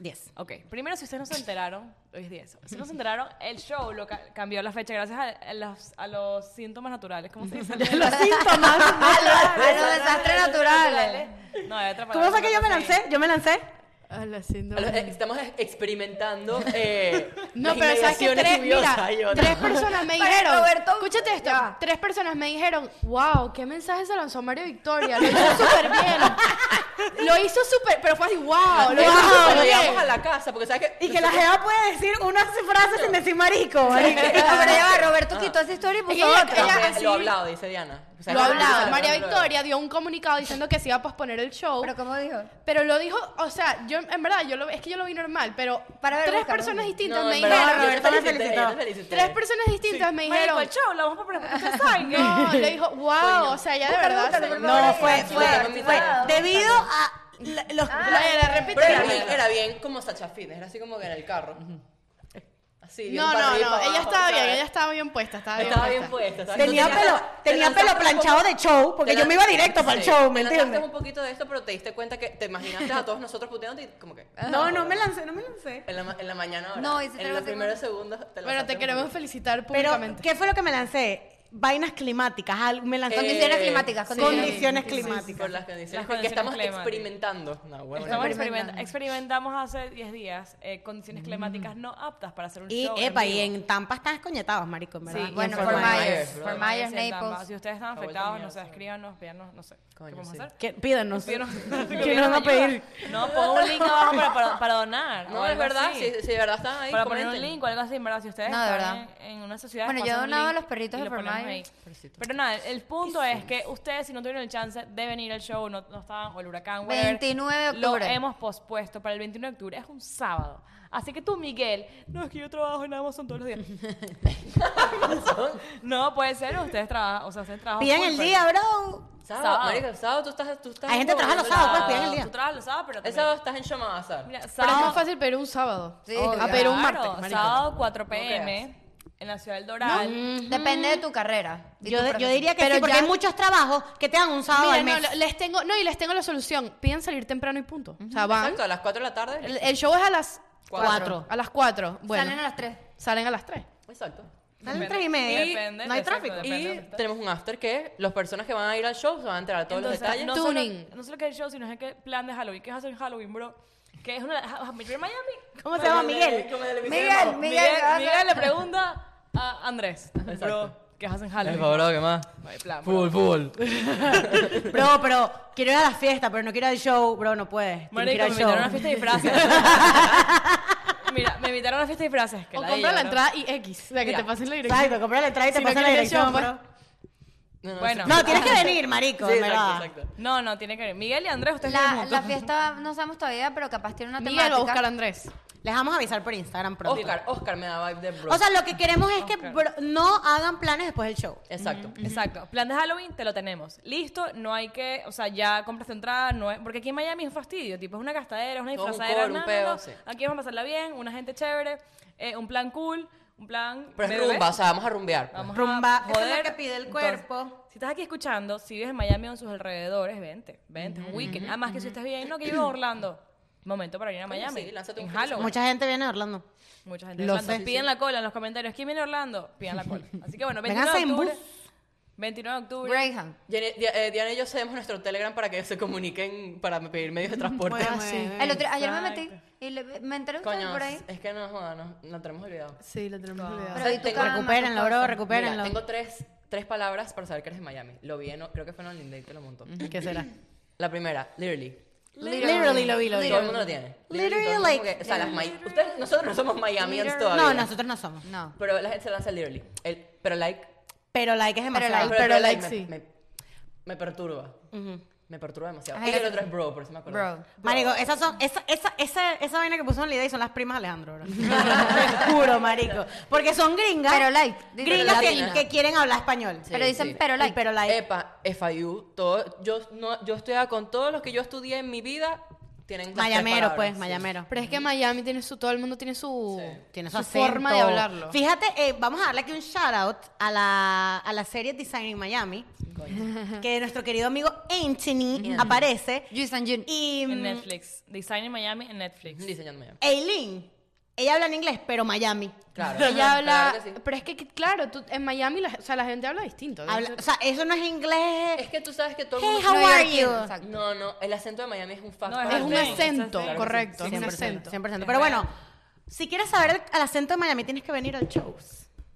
10. Ok, primero, si ustedes no se enteraron, hoy es 10. Si no se enteraron, el show lo ca- cambió la fecha gracias a, a los, a los síntomas naturales. ¿Cómo [laughs] se dice? Los síntomas. A [laughs] los, a los desastres naturales. No, hay otra ¿Cómo palabra, fue que yo no me sé. lancé? Yo me lancé. A la A los- eh, síndrome. Estamos ex- [laughs] experimentando eh, No, las pero sabes que inmediaciones tres, lluviosas, mira, yo, ¿no? tres [laughs] personas me Para dijeron. Roberto, escúchate esto. ya va. Tres personas me dijeron, wow, qué mensaje se lanzó Mario Victoria. Lo hizo súper bien. Lo hizo súper, pero fue así, wow, lo Pero hizo cuando súper bien. llegamos a la casa, porque sabes que... Y que la jeva puede decir una frase sin decir marico. marico. No, [laughs] pero ya va, Roberto quitó esa historia y puso Es que ella- otra. Lo ella- ha así- lo hablado, dice Diana. O sea, Lo que- hablado. que- María que- Victoria dio un comunicado diciendo que se iba a posponer el show. Pero como dijo, Pero lo dijo, o sea, yo en verdad, yo lo, es que yo lo vi normal, pero Para ver, tres busca, personas busca. distintas No, me en verdad, dijeron, yo te Roberto me felicité, felicitó. yo te felicité. tres personas distintas me Marico, dijeron, el show lo vamos a poner porque ustedes [laughs] saben que- no, le dijo, wow, o sea, ya de Búscalo, verdad. búscalo, se- por favor. No, fue, fue, Sí, fue claro. debido a la- los... La- la- la- repite Pero Ah. era la- bien, era bien como Sacha Fitness, era así como que en el carro. Así, bien No, para no, arriba, no, para ella abajo, estaba bien, ¿sabes? ella estaba bien puesta, estaba bien Estaba puesta. bien puesta. ¿sabes? Tenía Entonces, pelo, te tenía lanzaste pelo un poco- planchado de show, porque te yo me iba lanzaste- directo para el sí, show, ¿me te lanzaste entiendes? un poquito de esto, pero te diste cuenta que te imaginaste a todos nosotros puteándote y como que... "Ah, No, no me lancé, no me lancé. En la, ma- en la mañana ahora. No, hiciste en algo los así primeros segundos te Bueno, lanzaste te un queremos poquito. felicitar Pero, públicamente. ¿qué fue lo que me lancé? Vainas climáticas, al- me lancé Eh, condiciones climáticas. condiciones Por climáticas. las condiciones que- Las que condiciones estamos climáticas. experimentando. No, bueno, Estamos no. experimentando. Experimentamos hace 10 días eh, condiciones climáticas no aptas para hacer un Mm. Y, show. epa, vivo. y en Tampa están escoñetados, marico, en verdad. Sí, Bueno, Y Fort en Fort Myers. Myers, bro. Fort Tampa, Myers, sí, en Tampa. Naples. Si ustedes están vuelta afectados, mierda, no sé, sí. escríbanos, pídanos, no sé. Coño, ¿Qué vamos sí. a hacer? Que- Pídanos. Pídanos- [laughs] ¿Quién nos pídanos va a ayuda. pedir? No, pon un link abajo para, para, para [laughs] donar. o No, es algo verdad, así. si, si de verdad están ahí, Para poner comenten. un link o algo así, en verdad, si ustedes No, de están verdad. en, en una sociedad. Bueno, yo he donado a los perritos de Forma Forma estamos ahí. Pero nada, el punto es que ustedes, si no tuvieron el chance de venir al show, no, no estaban, o el huracán, whatever, 29 de Lo octubre. hemos pospuesto para el 29 de octubre. Es un sábado. Así que tú, Miguel, no es que yo trabajo en Amazon todos los días. no, puede ser, ustedes trabajan, o sea, hacen trabajo. Pidan full, el pero- día, bro. Sábado, Sábado. marico, el sábado tú estás... Tú estás Hay gente que trabaja los moviendo sábados, la- pues, pidan el día. Tú trabajas los sábados, pero El también- sábado estás en Shamazar. Mira, Pero es sábado- más fácil pedir un sábado. Sí. a pedir un martes. Claro, marico. sábado 4 creas. pm en la ciudad del Doral. Depende de tu carrera. y Yo, tu de- yo diría que profesión. sí, porque ya- hay muchos trabajos que te dan un sábado Mira, al mes. no, lo- les tengo, no, y les tengo la solución. Piden salir temprano y punto. O sea, van. Exacto, a las 4 de la tarde. El, el show es a las Cuatro. A las 4. Bueno, Salen a las 3. salen a las 3. Exacto. Salen tres y media. Depende, no hay exacto, tráfico. depende. Y tenemos un after que las personas que van a ir al show se van a enterar de todos los detalles. no solo, Tuning. no solo que el show, sino es que plan de Halloween. ¿Qué es hacer Halloween, bro? Que es una. ja- ja- Metro en Miami. ¿Cómo se llama Miguel? Miguel, Miguel, Miguel, ¿qué vas a Miguel hacer? le pregunta a Andrés. Bro, ¿qué hacen Halloween? ¿qué más? No hay plan, bro. Fútbol, fútbol. Bro, pero quiero ir a la fiesta, pero no quiero ir al show. Bro, no puedes. Tienes que ir Marico, me al invitaron a show. una fiesta de disfraces. Mira, me invitaron a una fiesta de disfraces. que O ladilla, compra la bro. entrada y X. La que te pasen la dirección. Exacto, comprar la entrada y te Si no pasan la quieres ir al dirección, show, bro. Bueno. No, tienes que venir, marico. pues. [laughs] Sí, en verdad. exacto, exacto. No, no, tiene que ver. Miguel y Andrés, ustedes viven Ah, La, juntos. la fiesta, no sabemos todavía, pero capaz tiene una Miguel va a temática. buscar a Andrés. Les vamos a avisar por Instagram pronto. Oscar, Oscar me da vibe de bro. O sea, lo que queremos es que bro, no hagan planes después del show. Mm. Exacto. Exacto. Plan de Halloween te lo tenemos. Listo, no hay que, o sea, ya compras tu entrada, no es, porque aquí en Miami es un fastidio, tipo, es una gastadera, es una Todo un disfrazadera, coro, no, un no, peo, no. sí. Aquí vamos a pasarla bien, una gente chévere, eh, un plan cool, un plan Pero es bebé. rumba, o sea, vamos a rumbear. pues. Vamos Rumba, eso a Ah, es lo joder. que pide el Entonces, cuerpo. si estás aquí escuchando, si vives en Miami o en sus alrededores, vente, vente, un weekend. Además que si estás bien, no, que vivo en Orlando. Momento para venir a Coño, Miami. sí, lánzate un en fin de Halloween. Mucha gente viene de Orlando. Mucha gente de Lo Orlando. sé. Piden la cola en los comentarios. ¿Quién viene a Orlando? Pidan la cola. Así [laughs] que bueno, 29 Vénganse de en octubre. bus. 29 de octubre. Greyhound. Jenny- Di- eh, Diana y yo cedemos nuestro Telegram para que se comuniquen para pedir medios de transporte. Bueno, eh, El otro, ayer me metí y le- me enteré ustedes Coño, por ahí. es que no joda, no, no tenemos olvidado. Sí, lo tenemos Pero Sí, y tu tengo- cama, tu Recupérenlo, bro, cosa. Mira, recupérenlo. tengo tres, tres palabras para saber que eres de Miami. Lo vi, en- creo que fue en Online Date que lo montó. ¿Qué será? La primera, literally. Literally Mm. lo vi, lo vi. Todo el mundo lo tiene. Literally, todo el mundo like- que- o sea, las Mai- ustedes, nosotros no somos Miamians todavía. No, nosotros no somos. No. Pero la gente se lanza literally. El, pero like. Pero like es demasiado. like. pero like sí. Me, me perturba. Me perturba demasiado. Ajá, y el yo- otro es bro, por eso me acuerdo. Bro. Marico, esas son, esa, esa, esa, esa vaina que puso en la idea y son las primas de Alejandro, bro. Te juro, marico. Porque son gringas. Pero like, dice Gringas que, latina. que quieren hablar español. Sí, eh, Pero dicen sí. pero like. Y Pero like. Epa, FIU, todo, yo, no, yo estoy con todos los que yo estudié en mi vida, tienen las tres Mayamero, palabras, pues, sí. mayamero. Pero es que Miami tiene su, todo el mundo tiene su, Tiene su, su forma de acento. hablarlo. Fíjate, eh, vamos a darle aquí un shout out a la, a la serie Design in Miami, que nuestro querido amigo Anthony aparece. Juice and Jun. Y En mm, Netflix. Design en Miami en Netflix. Diseñando Miami. Aileen, ella habla en inglés, pero Miami. Claro. Ella habla, claro que sí. pero es que claro, tú, en Miami la, o sea, la gente habla distinto. ¿no? Habla- o sea, eso no es inglés. Es que tú sabes que todo el Hey, mundo... how are Neoyorquino, you? exacto. No, no, el acento de Miami es un fact. No, es un Sí, acento, sí, claro que correcto, es un 100%, acento. 100%. Pero bueno, si quieres saber el, el acento de Miami, tienes que venir al show.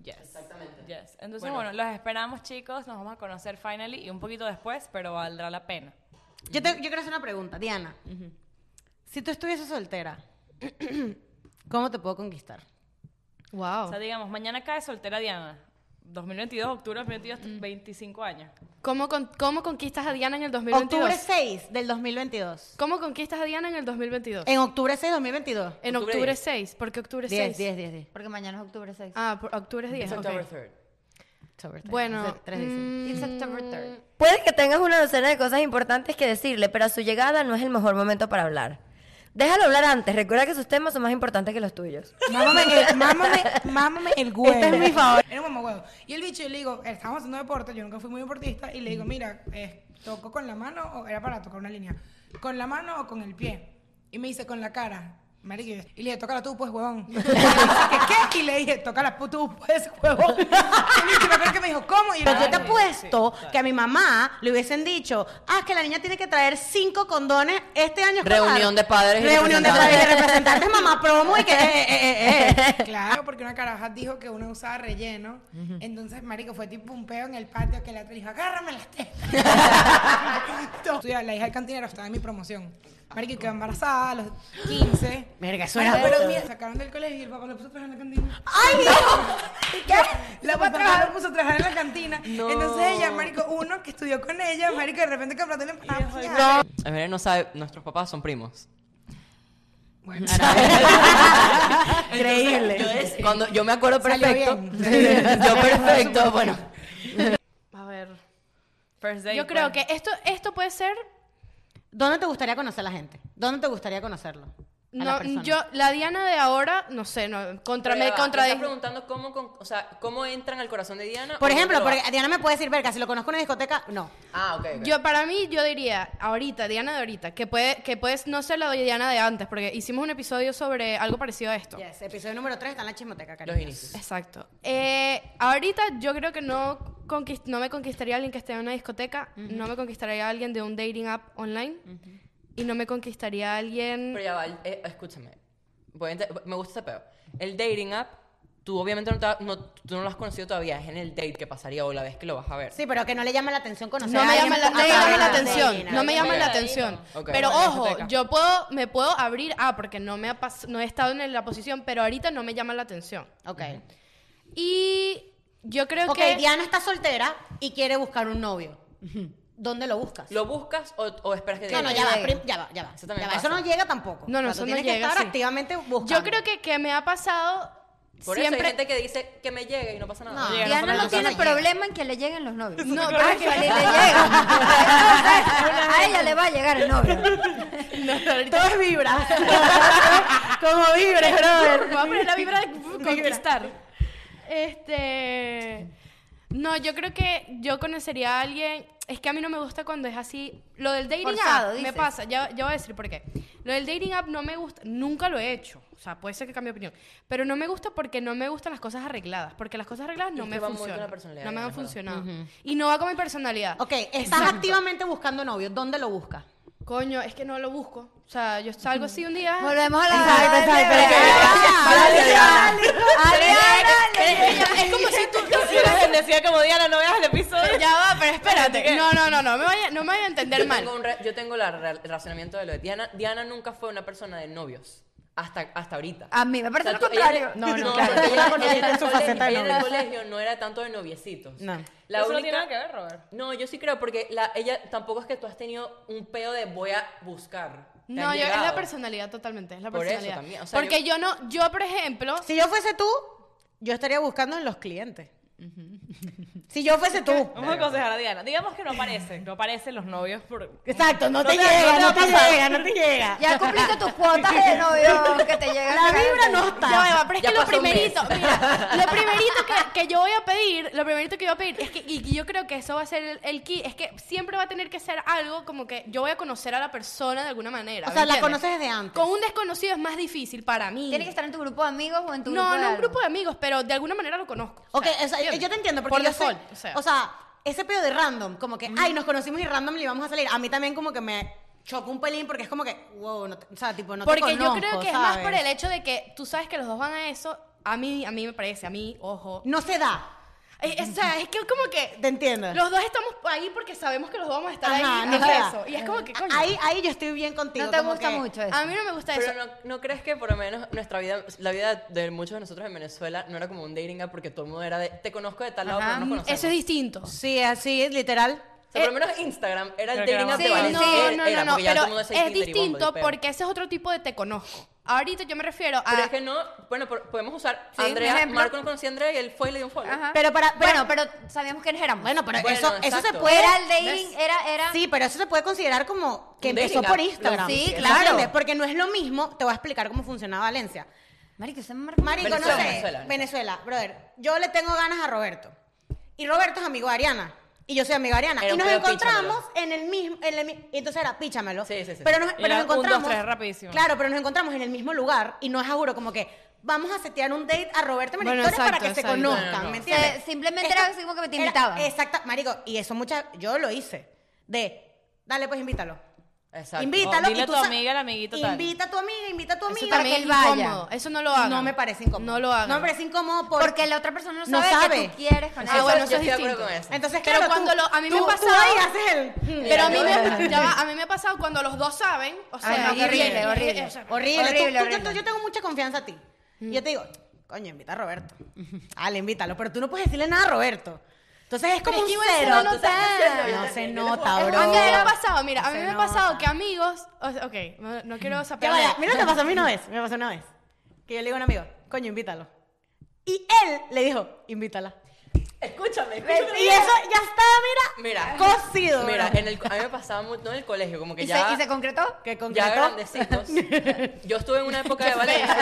Yes. Exactamente. Yes. Entonces, bueno. los esperamos, chicos. Nos vamos a conocer finally y un poquito después, pero valdrá la pena. Yo, te- yo quiero hacer una pregunta, Diana. Si tú estuvieses soltera, [clears throat] ¿cómo te puedo conquistar? O Wow. sea, digamos, mañana cae soltera Diana. 2022, octubre 2022, 25 años. ¿Cómo, con- ¿Cómo conquistas a Diana en el 2022? Octubre 6 del 2022. ¿Cómo conquistas a Diana en el 2022? En, En octubre 6 del 2022. octubre octubre, diez. 6, porque octubre 10, 6. 10, 10, 10. Porque mañana es octubre 6. Ah, por- octubre es 10. Es ok. October 3rd. Bueno, mm, Tres dicen. It's October 3rd. Puede que tengas una docena de cosas importantes que decirle, pero a su llegada no es el mejor momento para hablar. Déjalo hablar antes, recuerda que sus temas son más importantes que los tuyos. Mámame el, mámame, mámame el huevo. Este es mi favor. Era un mamahuevo. Y el bicho, yo le digo, estábamos haciendo deporte, yo nunca fui muy deportista, y le digo, mira, eh, ¿toco con la mano o era para tocar una línea? ¿Con la mano o con el pie? Y me dice, con la cara. Marico, y yo- y le dije, tócala tú, [laughs] pues, huevón. Y le dije, ¿qué, qué? Y le dije, tócala tú, pues, huevón. Y el bicho, me acuerdo que me dijo, ¿cómo? Y yo, Pero yo te apuesto que a mi mamá le hubiesen dicho, ah, que la niña tiene que traer cinco condones este año. escolar". Reunión de padres y Reunión de padres y representantes, mamá promo y que... eh, eh, eh, [laughs] [laughs] eh. Claro, porque una caraja dijo que uno usaba relleno. Entonces, marico, fue tipo un peo en el patio que la otra dijo, agárrame las [laughs] tetas. Tú, la hija del cantinero estaba en mi promoción. Marico, quedó embarazada a los 15. Verga, eso Pero, era pero mucho. mira, sacaron del colegio y el papá lo puso a trabajar en la cantina. ¡Ay, [laughs] no! La papá lo puso a trabajar en la cantina. Entonces ella, marico, uno que estudió con ella, marico, de repente compró la empanada. ya. A ver, no sabe, nuestros papás son primos. Bueno, Increíble. Cuando yo me acuerdo Salió perfecto. bien. [laughs] yo perfecto, bueno. A ver. First date, Yo creo [laughs] pues. que esto, esto puede ser. ¿Dónde te gustaría conocer a la gente? ¿Dónde te gustaría conocerlo? A la no, persona. yo, la Diana de ahora, no sé, no, contra, Pero ya me va, contra me estás preguntando cómo, con- o sea, cómo entran al corazón de Diana. Por o ejemplo, cómo lo porque Diana me puede decir, verga, si lo conozco en una discoteca, no. hace? Ah, ok. ok. Yo, para mí, yo diría, ahorita, Diana de ahorita, que puede, que puedes no ser la Diana de antes, porque hicimos un episodio sobre algo parecido a esto. Yes, episodio número 3 está en la chismoteca, cariño. Los inicios. Exacto. Eh, ahorita yo creo que no, conquist- no me conquistaría a alguien que esté en una discoteca, no me conquistaría a alguien de un dating app online y no me conquistaría a alguien... [laughs] Pero ya va, eh, escúchame. Voy a ent- me gusta ese peo. El dating app, tú obviamente no, te ha- no- tú no lo has conocido todavía. Es en el date que pasaría o la vez que lo vas a ver. Sí, pero que no le llame la atención conocer no a me alguien llama la, a no me llama través la de atención, Dina. no me llama la Ok. atención. Ok. Pero Bueno, ojo, discoteca. yo puedo, me puedo abrir, ah, porque no me ha pas- no he estado en la posición, pero ahorita no me llama la atención. Ok. Y yo creo Ok, que... Diana está soltera y quiere buscar un novio. ¿Dónde lo buscas? ¿Lo buscas o, o esperas que te No, no, llegue? ya va, Llegue. prim- ya va, ya va. Eso también Ya va, pasa. no llega tampoco. No, no, O sea, tú eso no tienes que llega, estar sí. activamente buscando. Yo creo que, que me ha pasado Por siempre... eso hay gente que dice que me llegue y no pasa nada. No. Llega, Diana nosotros no nos tiene casamos. problema en que le lleguen los novios. No, pero claro que le llegan. Entonces, a ella le va a llegar el novio. Todo es vibra. [laughs] Como vibra, brother. Me voy a poner [laughs] la vibra de conquistar. Este. No, yo creo que yo conocería a alguien. Es que a mí no me gusta cuando es así. Lo del dating Forzado, app dices. me pasa. Ya, ya voy a decir por qué. Lo del dating app no me gusta. Nunca lo he hecho. O sea, puede ser que cambie de opinión. Pero no me gusta porque no me gustan las cosas arregladas. Porque las cosas arregladas Es no que me va muy con funcionan. la personalidad no me de han las dos. funcionado. Y no va con mi personalidad. Ok, estás activamente buscando novio. ¿Dónde lo buscas? Coño, es que no lo busco. O sea, yo salgo así un día. Volvemos a la. Exacto, exacto, Dale, exacto. dale, dale, dale. Pero es como si tú decía como Diana, no veas el episodio. [laughs] Ya va, pero espérate. No, no, no, no me vaya, no me vaya a entender Yo mal. tengo, un re- yo tengo la re- el razonamiento de lo de Diana. Diana nunca fue una persona de novios. Hasta, hasta ahorita. A mí me parece lo tú- contrario. ella- No, [laughs] no, claro. porque Yo la ella- conocí ella en el en su colegio- faceta de ella en el novia. colegio no era tanto de noviecitos. No. La Eso no única- tiene nada que ver, Robert. No, yo sí creo, porque la, ella tampoco es que tú has tenido un peo de voy a buscar. Te No, han yo, es la llegado. personalidad totalmente, es la Por eso personalidad. también, o sea, Porque yo... no, yo por ejemplo, Si yo fuese tú, yo estaría buscando en los clientes. Si yo fuese tú. Vamos a aconsejar a Diana. Digamos que no aparecen. No aparecen los novios por. Exacto, no, te, te- llega, no no te, te va a pasar. llega, no te llega. Ya cumpliste tus cuotas de novio que te llegan. La acá. vibra no está. ya va, pero es Ya que lo pasó un mes. primerito, mira, lo primerito que, que yo voy a pedir, lo primerito que yo voy a pedir es que y y yo creo que eso va a ser el, el key, es que siempre va a tener que ser algo como que yo voy a conocer a la persona de alguna manera. O ¿me sea, la entiendes? conoces desde antes. Con un desconocido es más difícil para mí. Tiene que estar en tu grupo de amigos o en tu no, grupo. de no un algo. grupo de amigos, pero de alguna manera lo conozco. O Ok, sea, o sea, ¿entiendes? yo te entiendo, porque Por yo soy- default, o sea. o sea, ese pedo de random, como que, ay, nos conocimos y random le íbamos a salir. A mí también como que me chocó un pelín porque es como que, wow, no te- o sea, tipo, no te Porque yo conozco, creo que es más por ¿sabes? el hecho de que tú sabes que los dos van a eso. A mí, a mí me parece, a mí, ojo. No se da, Eh, eh, o sea, es que como que ¿te entiendes? los dos estamos ahí porque sabemos que los dos vamos a estar Ajá, ahí. no a se da. eso. Y es como que, coño, Ahí, ahí yo estoy bien contigo. No te como gusta que- mucho eso. a mí no me gusta eso. Pero no, no crees que por lo menos nuestra vida, la vida de muchos de nosotros en Venezuela no era como un dating app porque todo el mundo era de te conozco de tal lado, pero no nos Mm, conocemos. eso es distinto. Sí, así, es literal. O sea, por lo menos Instagram era el Creo que dating no. app Sí, de no, Valencia. no, era, no, porque ya todo no, el pero mundo decía Tinder es y Bumble, distinto pero- porque ah, ese es otro tipo de te conozco. Ahorita yo me refiero a... Pero es que no, bueno, por- podemos usar Sí, un Andrea, ejemplo. Marco no conocía a Andrea y él fue y le dio un follow. Ajá. Pero para- pero- bueno, pero sabíamos quiénes éramos. Bueno, pero Bueno, eso, eso se exacto. puede... era el dating, era, era. Sí, pero eso se puede considerar como que Un empezó dating por app. Instagram. Sí, ¿me claro. entiendes? Porque no es lo mismo, te voy a explicar cómo funcionaba Valencia. Marico, se me Marico, Venezuela, no sé. Venezuela, Venezuela. brother. Yo le tengo ganas a Roberto. Y Roberto es amigo de Ariana. Y yo soy amigo de Ariana. Era y un nos pedo encontramos en el mismo. En el mi- y entonces era píchamelo. Sí, sí, sí. Pero nos, pero Era nos un, dos, encontramos. tres, rapidísimo. Claro, pero nos encontramos en el mismo lugar. Y no es a juro como que vamos a setear un date a Roberto y María Bueno, Victoria para que exacto, se exacto. conozcan. No, no, no. ¿Me entiendes? Se- simplemente era así como que te invitaban. Exacto. Marico, y eso muchas. Yo lo hice. De. Dale, pues invítalo. Exacto. Invítalo. O dile y a tú tu sa- amiga, al amiguito, tal. Invita a tu amiga, invita a tu amiga. Para que él vaya. incómodo. Eso no lo hagan. No me parece incómodo. No lo hagan. No me parece incómodo por- Porque la otra persona no No sabe, sabe. que tú quieres con Ah, él. bueno, yo eso es estoy de acuerdo distinto. con eso. Entonces, Pero claro, cuando tú- lo- a mí me tú- ha tú pasado- ahí haces [laughs] el- Pero a mí, me, ya va, a mí me ha pasado cuando los dos saben. O sea, Ay, no, qué horrible, y- y- horrible. o sea, Horrible. Tú- Horrible, tú- yo- horrible. Yo, tengo mucha confianza a ti. Yo te digo, coño, invita a Roberto. Dale, invítalo. Pero tú no puedes decirle nada a Roberto. Entonces es como Pero es un que igual se cero. va a tú sabes que notar. No se nota, a bro. mí me ha pasado, mira, a mí Se me ha pasado nota. que amigos. o sea, ok, no, no quiero Ya saber. vaya, mira lo que pasó a mí una vez. Me pasó una vez. Que yo le digo a un amigo, coño, invítalo. Y él le dijo, invítala. Escúchame, Y eso ya está, mira, Mira. cocido. bro. Mira, en el, a mí me pasaba mucho, no en el colegio, como que ¿Y, ya. se, ¿Y se concretó? que ya concretó. [laughs] grandecitos. Yo estuve en una época de Valencia.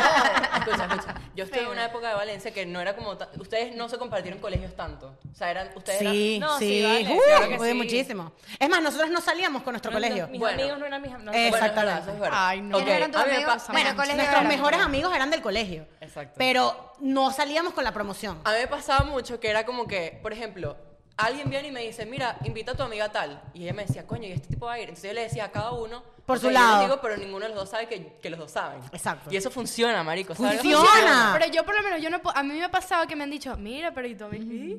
escucha, escucha. Yo estuve en una época de Valencia que no era como. ta- Ustedes no se compartieron colegios tanto. O sea, eran. Ustedes Sí, No, sí, sí, vale, Uh, claro que uy, sí. muchísimo. Es más, nosotros no salíamos con nuestro No, no, colegio. mis Bueno. amigos no eran mis amigos. eran. Bueno, Exactamente. es verdad, eso es verdad. Ay, no. Ok, ¿Quiénes eran tus a mí me amigos? pasaba- Bueno, Bueno, colegio nuestros era. mejores amigos eran del colegio. Exacto. Pero no salíamos con la promoción. A mí me pasaba mucho que era como que, por ejemplo, alguien viene y me dice, mira, invita a tu amiga tal. Y ella me decía, coño, ¿y este tipo va a ir? Entonces yo le decía a cada uno. Por o su sea, yo les lado. digo, pero ninguno de los dos sabe que, que los dos saben. Exacto. Y eso funciona, marico. ¿sabes? Funciona. Pero yo por lo menos, yo no puedo- a mí me ha pasado que me han dicho, mira, pero y tú a mí, ¿sí? Ay,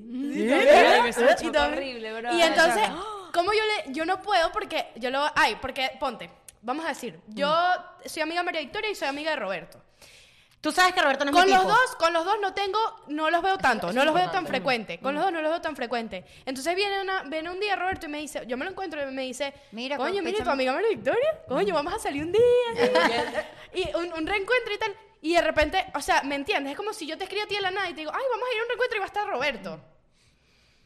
me Y escucho tú a mí. horrible, bro. Y entonces, ¿cómo yo le, yo no puedo porque yo lo, ay, porque, ponte, vamos a decir, yo Mm. soy amiga de María Victoria y soy amiga de Roberto. Tú sabes que Roberto no es Con mi los tipo. dos, con los dos no tengo, no los veo tanto, Ah, eso no es los veo tan importante. frecuente. Con Mm. los dos no los veo tan frecuente. Entonces viene, una, viene un día Roberto y me dice, yo me lo encuentro y me dice, Mira, coño, mira, tu sospechame. amiga María Victoria, coño, vamos a salir un día. [laughs] ¿sí?". y un, un reencuentro y tal. Y de repente, o sea, ¿me entiendes? Es como si yo te escribo a ti de la nada y te digo, ay, vamos a ir a un reencuentro y va a estar Roberto.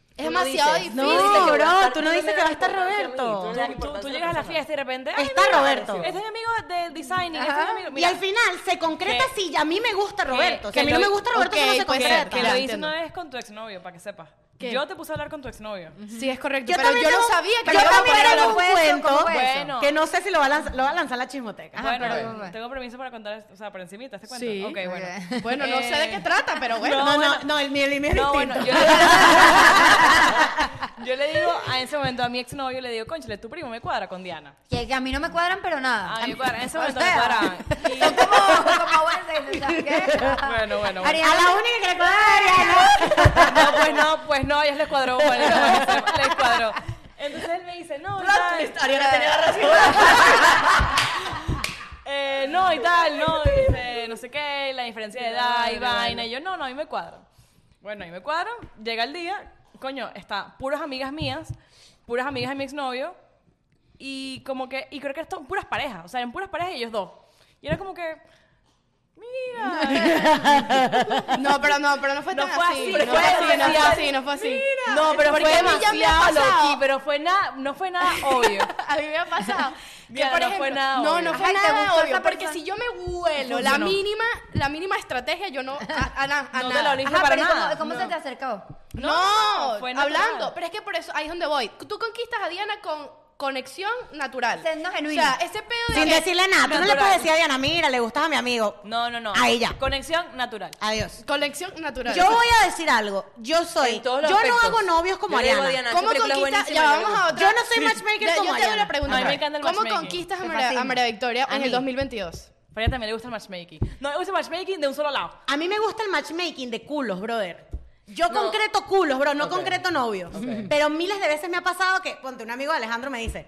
Es Tú no demasiado dices, difícil. No, dices que voy a bro, estar- tú no dices le que va a das estar importancia mí, Roberto. tú no le das Tú- Tú, tú importancia llegas a la persona. fiesta y de repente. ay, Está mira, Roberto. Este es mi amigo de design. Este es mi amigo. Y mira. al final se concreta Que- si a mí me gusta Roberto. Si que a mí no lo- me gusta Roberto, ok, eso no se pues, concreta. Que Ya, lo hice entiendo. una vez con tu exnovio, para que sepas. ¿Qué? Yo te puse a hablar con tu exnovio. Sí, es correcto. Yo pero también yo no tengo- sabía yo que yo iba a también poner tengo un a la- cuento Bueno. que no sé si lo va a lanzar, lo va a lanzar la chismoteca. Ajá, bueno, pero- eh, tengo permiso para contar, esto, o sea, por encimita, ¿este cuento? Sí. Ok, bueno. Ok. Bueno, no sé de qué trata, [laughs] pero bueno. Eh. no, no, no, el mío, el mío es No, bueno, distinto. yo le, yo le [laughs] digo a ese momento a mi exnovio, le digo, conchale, tu primo me cuadra con Diana. Que, que a mí no Ah, me cuadran, pero nada. A mí me cuadra, en ese O momento me sea, [laughs] cuadraban. Y- Son como, como Wednesday, ¿sabes qué? [laughs] Bueno, bueno, bueno. Ariana, A la única que le cuadra, ¿no? No, pues no, pues no, ellos les cuadró. Bueno, [laughs] les les cuadró. Entonces él me dice, no, tal, Ariana tenía la razón. eh, no y tal, no, y dice, no sé qué, la diferencia de edad y vaina. Y yo, no, no, a mí me cuadra. Bueno, a mí me cuadra, llega el día, coño, está puras amigas mías, puras amigas de mi exnovio, y como que, y creo que son puras parejas, o sea, eran puras parejas y ellos dos. Y era como que, mira, [laughs] No, pero no, pero no fue No tan fue así. así, No fue así, no fue así, no fue así. no, pero fue Porque a mí ya me ha demasiado pasado. loqui, pero fue nada, no fue nada obvio. [laughs] A mí me ha [laughs] pasado. que, Diana, por no ejemplo, fue nada no, obvio. no fue Ajá, ¿y te nada gustó obvio, esa porque persona? si yo me vuelo la Funcionó. mínima, la mínima estrategia, yo no, a, a na- a No te nada. la oliste Ajá, para pero ¿y nada. ¿Cómo, cómo se No. te acercó? No, No, fue natural. hablando. Pero es que por eso, ahí es donde voy. Tú conquistas a Diana con conexión natural. Siendo o genuino. sea, ese pedo de Sin que- decirle nada. Tú no le Natural. puedes decir a Diana, mira, le gustas a mi amigo. No, no, no. Ahí ya. Conexión natural. Adiós. conexión natural. Yo voy a decir algo. Yo soy. En todos Yo no los aspectos. hago novios como Yo le digo a Ariana. Diana, ¿Cómo esa película es conquistas? buenísima, yo Ya le vamos a gusta. otra. Yo no soy matchmaker Ya, como Yo te hago Ariana. la pregunta. A mí me encanta el ¿Cómo matchmaking. conquistas a Me María, a fascina. María Victoria A en mí. el 2022? Pero a ella también le gusta el matchmaking. No, le gusta el matchmaking de un solo lado. A mí me gusta el matchmaking de culos, brother. Yo No. concreto culos, bro, no Ok. concreto novios. Ok. [laughs] Pero miles de veces me ha pasado que, ponte, un amigo de Alejandro me dice,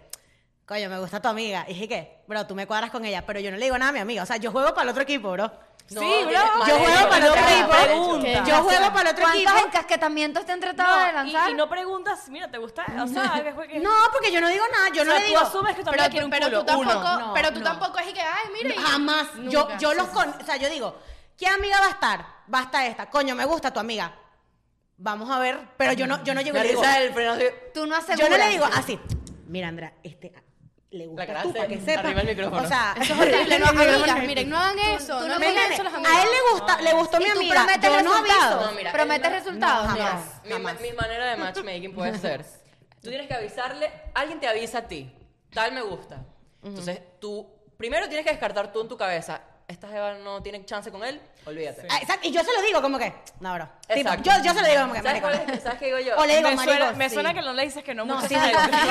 coño, me gusta tu amiga. Y dije, ¿qué? Bro, tú me cuadras con ella, pero yo no le digo nada a mi amiga. O sea, yo juego para el otro equipo, bro. No, Sí, tiene- bro. mal Yo hecho, juego para el otro mal hecho, mal hecho. pregunta. equipo. Yo juego para el otro equipo. ¿Cuántos encasquetamientos te han tratado de No, lanzar? y, y no preguntas, mira, ¿te gusta? O sea, que fue que... No, porque yo no digo nada, yo O no sea, le tú digo. asumes que tu amiga quiere un pero culo. tú tampoco, Uno. pero tú No, tampoco es y que, ay, mira. y- Jamás. Nunca. Yo, yo los con, o sea, yo digo, ¿qué amiga va a estar? Va a estar esta. Coño, me gusta tu amiga. Vamos a ver, pero yo no, yo no llego y La le digo. risa del freno así. Tú no aseguras. Yo no le digo así. Mira, Andra, este ah, le La gusta cara tú para hace que sepa. arriba el micrófono. O sea, [laughs] Eso es horrible, no, amigas, miren, no hagan eso. tú no no ¿me hagan entiendes? eso las a amigas. él le gusta, le gustó ¿Y mi tú amiga. prometes Yo no resultados? aviso. No, mira, ¿Prometes él no- resultados? no, Mira. jamás. Mi, ma- mi manera de matchmaking puede [laughs] ser. Tú tienes que avisarle, alguien te avisa a ti, tal me gusta. Entonces, tú primero tienes que descartar tú en tu cabeza, esta jeva no tiene chance con él, olvídate. Ah, exacto, Y yo se lo digo como que, no, bro. Tipo, Exacto. yo, yo se lo digo como que, ¿Sabes, marico. cuál es? ¿Sabes qué digo yo? O le digo, me marico, suena, me sí. [laughs] suena que no le dices que no, No, muchas sí, veces. marico.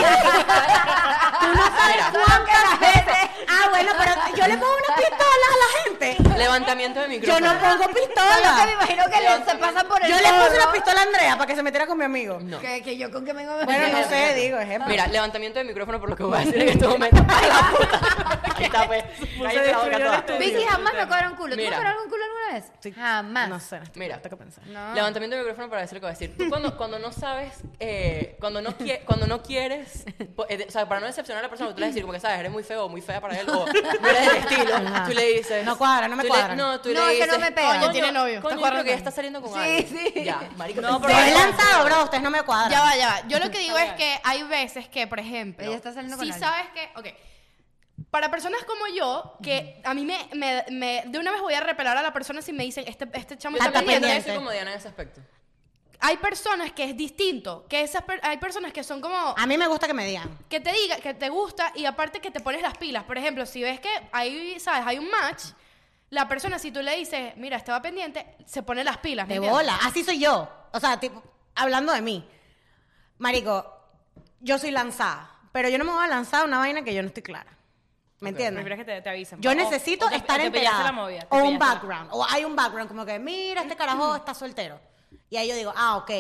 ¿Cuántas veces? Ah, bueno, pero yo le pongo una pistola a la gente. [laughs] Levantamiento de Yo micrófono. no pongo Yo me pistola. imagino que le- se pasa por el Yo le puse forro. la pistola a Andrea para que se metiera con mi amigo. No. Que, que yo con que me vengo a Bueno, no sé, digo, ejemplo. Mira, levantamiento de micrófono por lo que voy a decir en este [laughs] momento. [laughs] ¡Ay, la puta! Aquí está, pues. Cállate la boca toda. Vicky jamás me cobra un culo. ¿Tú me Mira. cobraron un culo alguna vez? Jamás. No sé, este Mira, tengo que pensar. No. levantamiento de micrófono para decir lo que voy a decir. Tú cuando, cuando no sabes, eh, cuando, no quie- cuando no quieres, po- eh, de- o sea, para no decepcionar a la persona, tú le vas a decir, como que sabes, eres muy feo o muy fea para [laughs] él, o no eres del estilo. Tú le dices. No cuadra, no me tú le- cuadra. no, tú No, le es que dices. no me pega. "Coño, Tiene Coño, novio. ¿Te yo creo acuerdas? que ya está saliendo con Sí, alguien. sí. Ya, marico. No, Se pero- he lanzado, bro, ustedes no me cuadran. Ya va, ya va. Yo lo que digo es que hay veces que, por ejemplo, Ella está saliendo con si alguien. sabes que, ok, para personas como yo, que a mí me, me- me- de una vez voy a repelar a la persona si me dicen, este, este chamo Yo está Está también yo pendiente. pendiente. soy como Diana en ese aspecto. Hay personas que es distinto, que esas per- hay personas que son como... A mí me gusta que me digan. que te diga que te gusta y aparte que te pones las pilas. Por ejemplo, si ves que ahí, ¿sabes? Hay un match, la persona, si tú le dices, mira, estaba pendiente, se pone las pilas. ¿me De entiendes? bola, así soy yo. O sea, tipo, hablando de mí. Marico, yo soy lanzada, pero yo no me voy a lanzar a una vaina que yo no estoy clara. ¿Me Prefieres entiendes? que te, te avisen. Yo O- necesito o te- estar o te pillaste enterada. la movida, te o un pillaste la- background. O hay un background como que, mira, este [clears throat] carajo está soltero. Y ahí yo digo, ah, ok.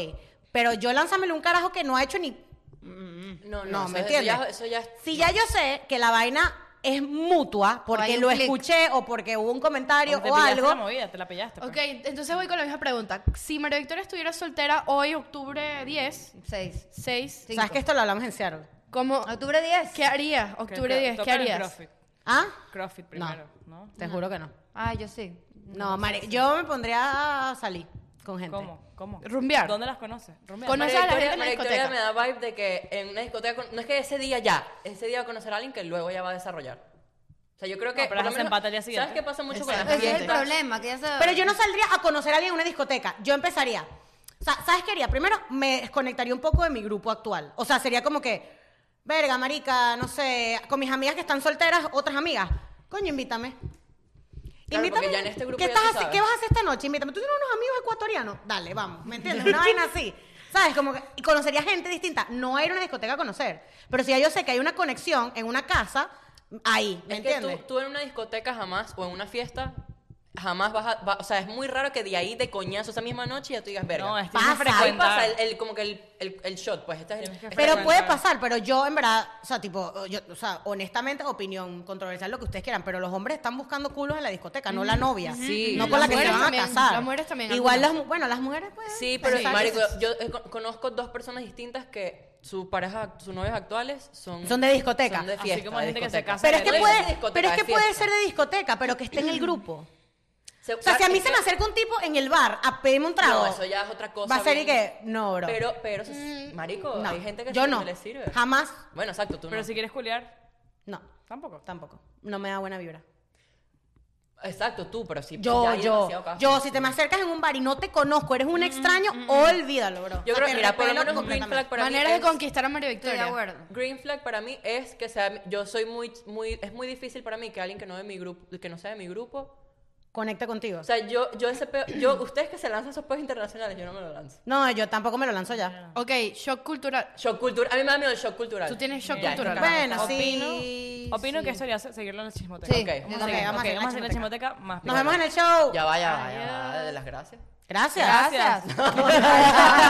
Pero yo lánzamelo a un carajo que no ha hecho ni... No, no, No, o sea, ¿me eso ya- entiendes? Eso ya es- Si ya yo sé que la vaina es mutua hay porque un lo click. escuché o porque hubo un comentario o te o pillaste algo... la movida, te la pillaste. pues. Ok, entonces voy con la misma pregunta. Si María Victoria estuviera soltera hoy, octubre 10, Seis. 6, Sí. ¿Sabes que esto lo hablamos en Seattle? ¿cómo, Octubre 10. ¿qué harías? Octubre Creo- 10, ¿qué toca el harías? CrossFit. ¿Ah? CrossFit primero, ¿no? Te juro que no. Ah, yo sí. No, Mari, yo me pondría a salir con gente. ¿Cómo? ¿Cómo? Rumbear. ¿Dónde las conoces? Rumbear. Conoce María a la gente Victoria, en la María Victoria discoteca. me da vibe de que en una discoteca, con- no es que ese día ya, ese día va a conocer a alguien que luego ya va a desarrollar. O sea, yo creo que... No, pero por lo las empata el día siguiente. ¿Sabes qué pasa mucho con Ese es las el fiestas? problema, que ya se... Pero yo no saldría a conocer a alguien en una discoteca. Yo empezaría. O sea, ¿sabes qué haría? Primero, me desconectaría un poco de mi grupo actual. O sea, sería como que, verga, marica, no sé, con mis amigas que están solteras, otras amigas. Coño, invítame. Claro, porque ya en este grupo ¿Qué, ya estás tú haci- sabes. ¿Qué vas a hacer esta noche? Invítame. ¿Tú tienes unos amigos ecuatorianos? Dale, vamos. ¿Me entiendes? Una vaina así. ¿Sabes? Como que y conocería gente distinta. No a ir a una discoteca a conocer. Pero si ya yo sé que hay una conexión en una casa, ahí. ¿Me Es que entiendes? tú, tú en una discoteca jamás, o en una fiesta, jamás vas a... va- o sea, es muy raro que de ahí de coñazo esa misma noche ya tú digas, verga. No, es que Pasa, tienes que ahí frecuentar. pasa el, el- como que el, el, el shot, pues. Este es el- este es Pero el- puede pasar, pero yo en verdad, o sea, tipo, yo, o sea, honestamente, opinión controversial, lo que ustedes quieran, pero los hombres están buscando culos en la discoteca, no la novia, Sí. no con la Las que se mujeres van a también, casar. las mujeres también, Igual las, algunas. mu- bueno, las mujeres pues, Sí, pero sí. marico, yo eh, con- conozco dos personas distintas que sus parejas, sus novios actuales son... Son de discoteca. Son de Así fiesta, como hay de gente que se discoteca. casa pero es de que no puede- puede, pero es que puede ser de discoteca, pero que esté en el grupo. O sea, si a mí se me acerca un tipo en el bar a pedirme un trago, No, eso ya es otra cosa. va a ser y bien- que, no, bro. Pero, pero, eso es- marico, no, hay gente que yo sí no, le sirve. jamás, Bueno, exacto, tú Pero no. si quieres culiar, no, tampoco. tampoco, no me da buena vibra. Exacto, tú, pero si ya Yo, hay yo, demasiado caso. Mm, yo, si te me acercas en un bar y no te conozco, eres un extraño, olvídalo, bro. Yo O sea, creo, te mira, por lo repelo menos Green completamente. Flag para Maneras mí de es- conquistar a María Estoy de Victoria. acuerdo. Green Flag para mí es que sea, yo soy muy, muy, es muy difícil para mí que alguien que no, de mi grupo, que no sea de mi grupo, Conecta contigo. o sea, yo, yo ese peo, yo, ustedes que se lanzan esos peos internacionales, yo no me lo lanzo. no, yo tampoco me lo lanzo ya. Ok, shock cultural. Shock cultural, a mí me da miedo el shock cultural. Tú tienes shock Ya, cultural. esto acaba. Bueno, sí. Opino, opino sí. que esto haría se- seguirlo en la chismoteca. Sí, Ok, yo Vamos a también. Ok, seguir. vamos a Ok, hacer vamos a hacer la la chismoteca más Nos picante. vemos en el show. Ya va, ya va, ya va, de las gracias. Gracias. Gracias. Gracias.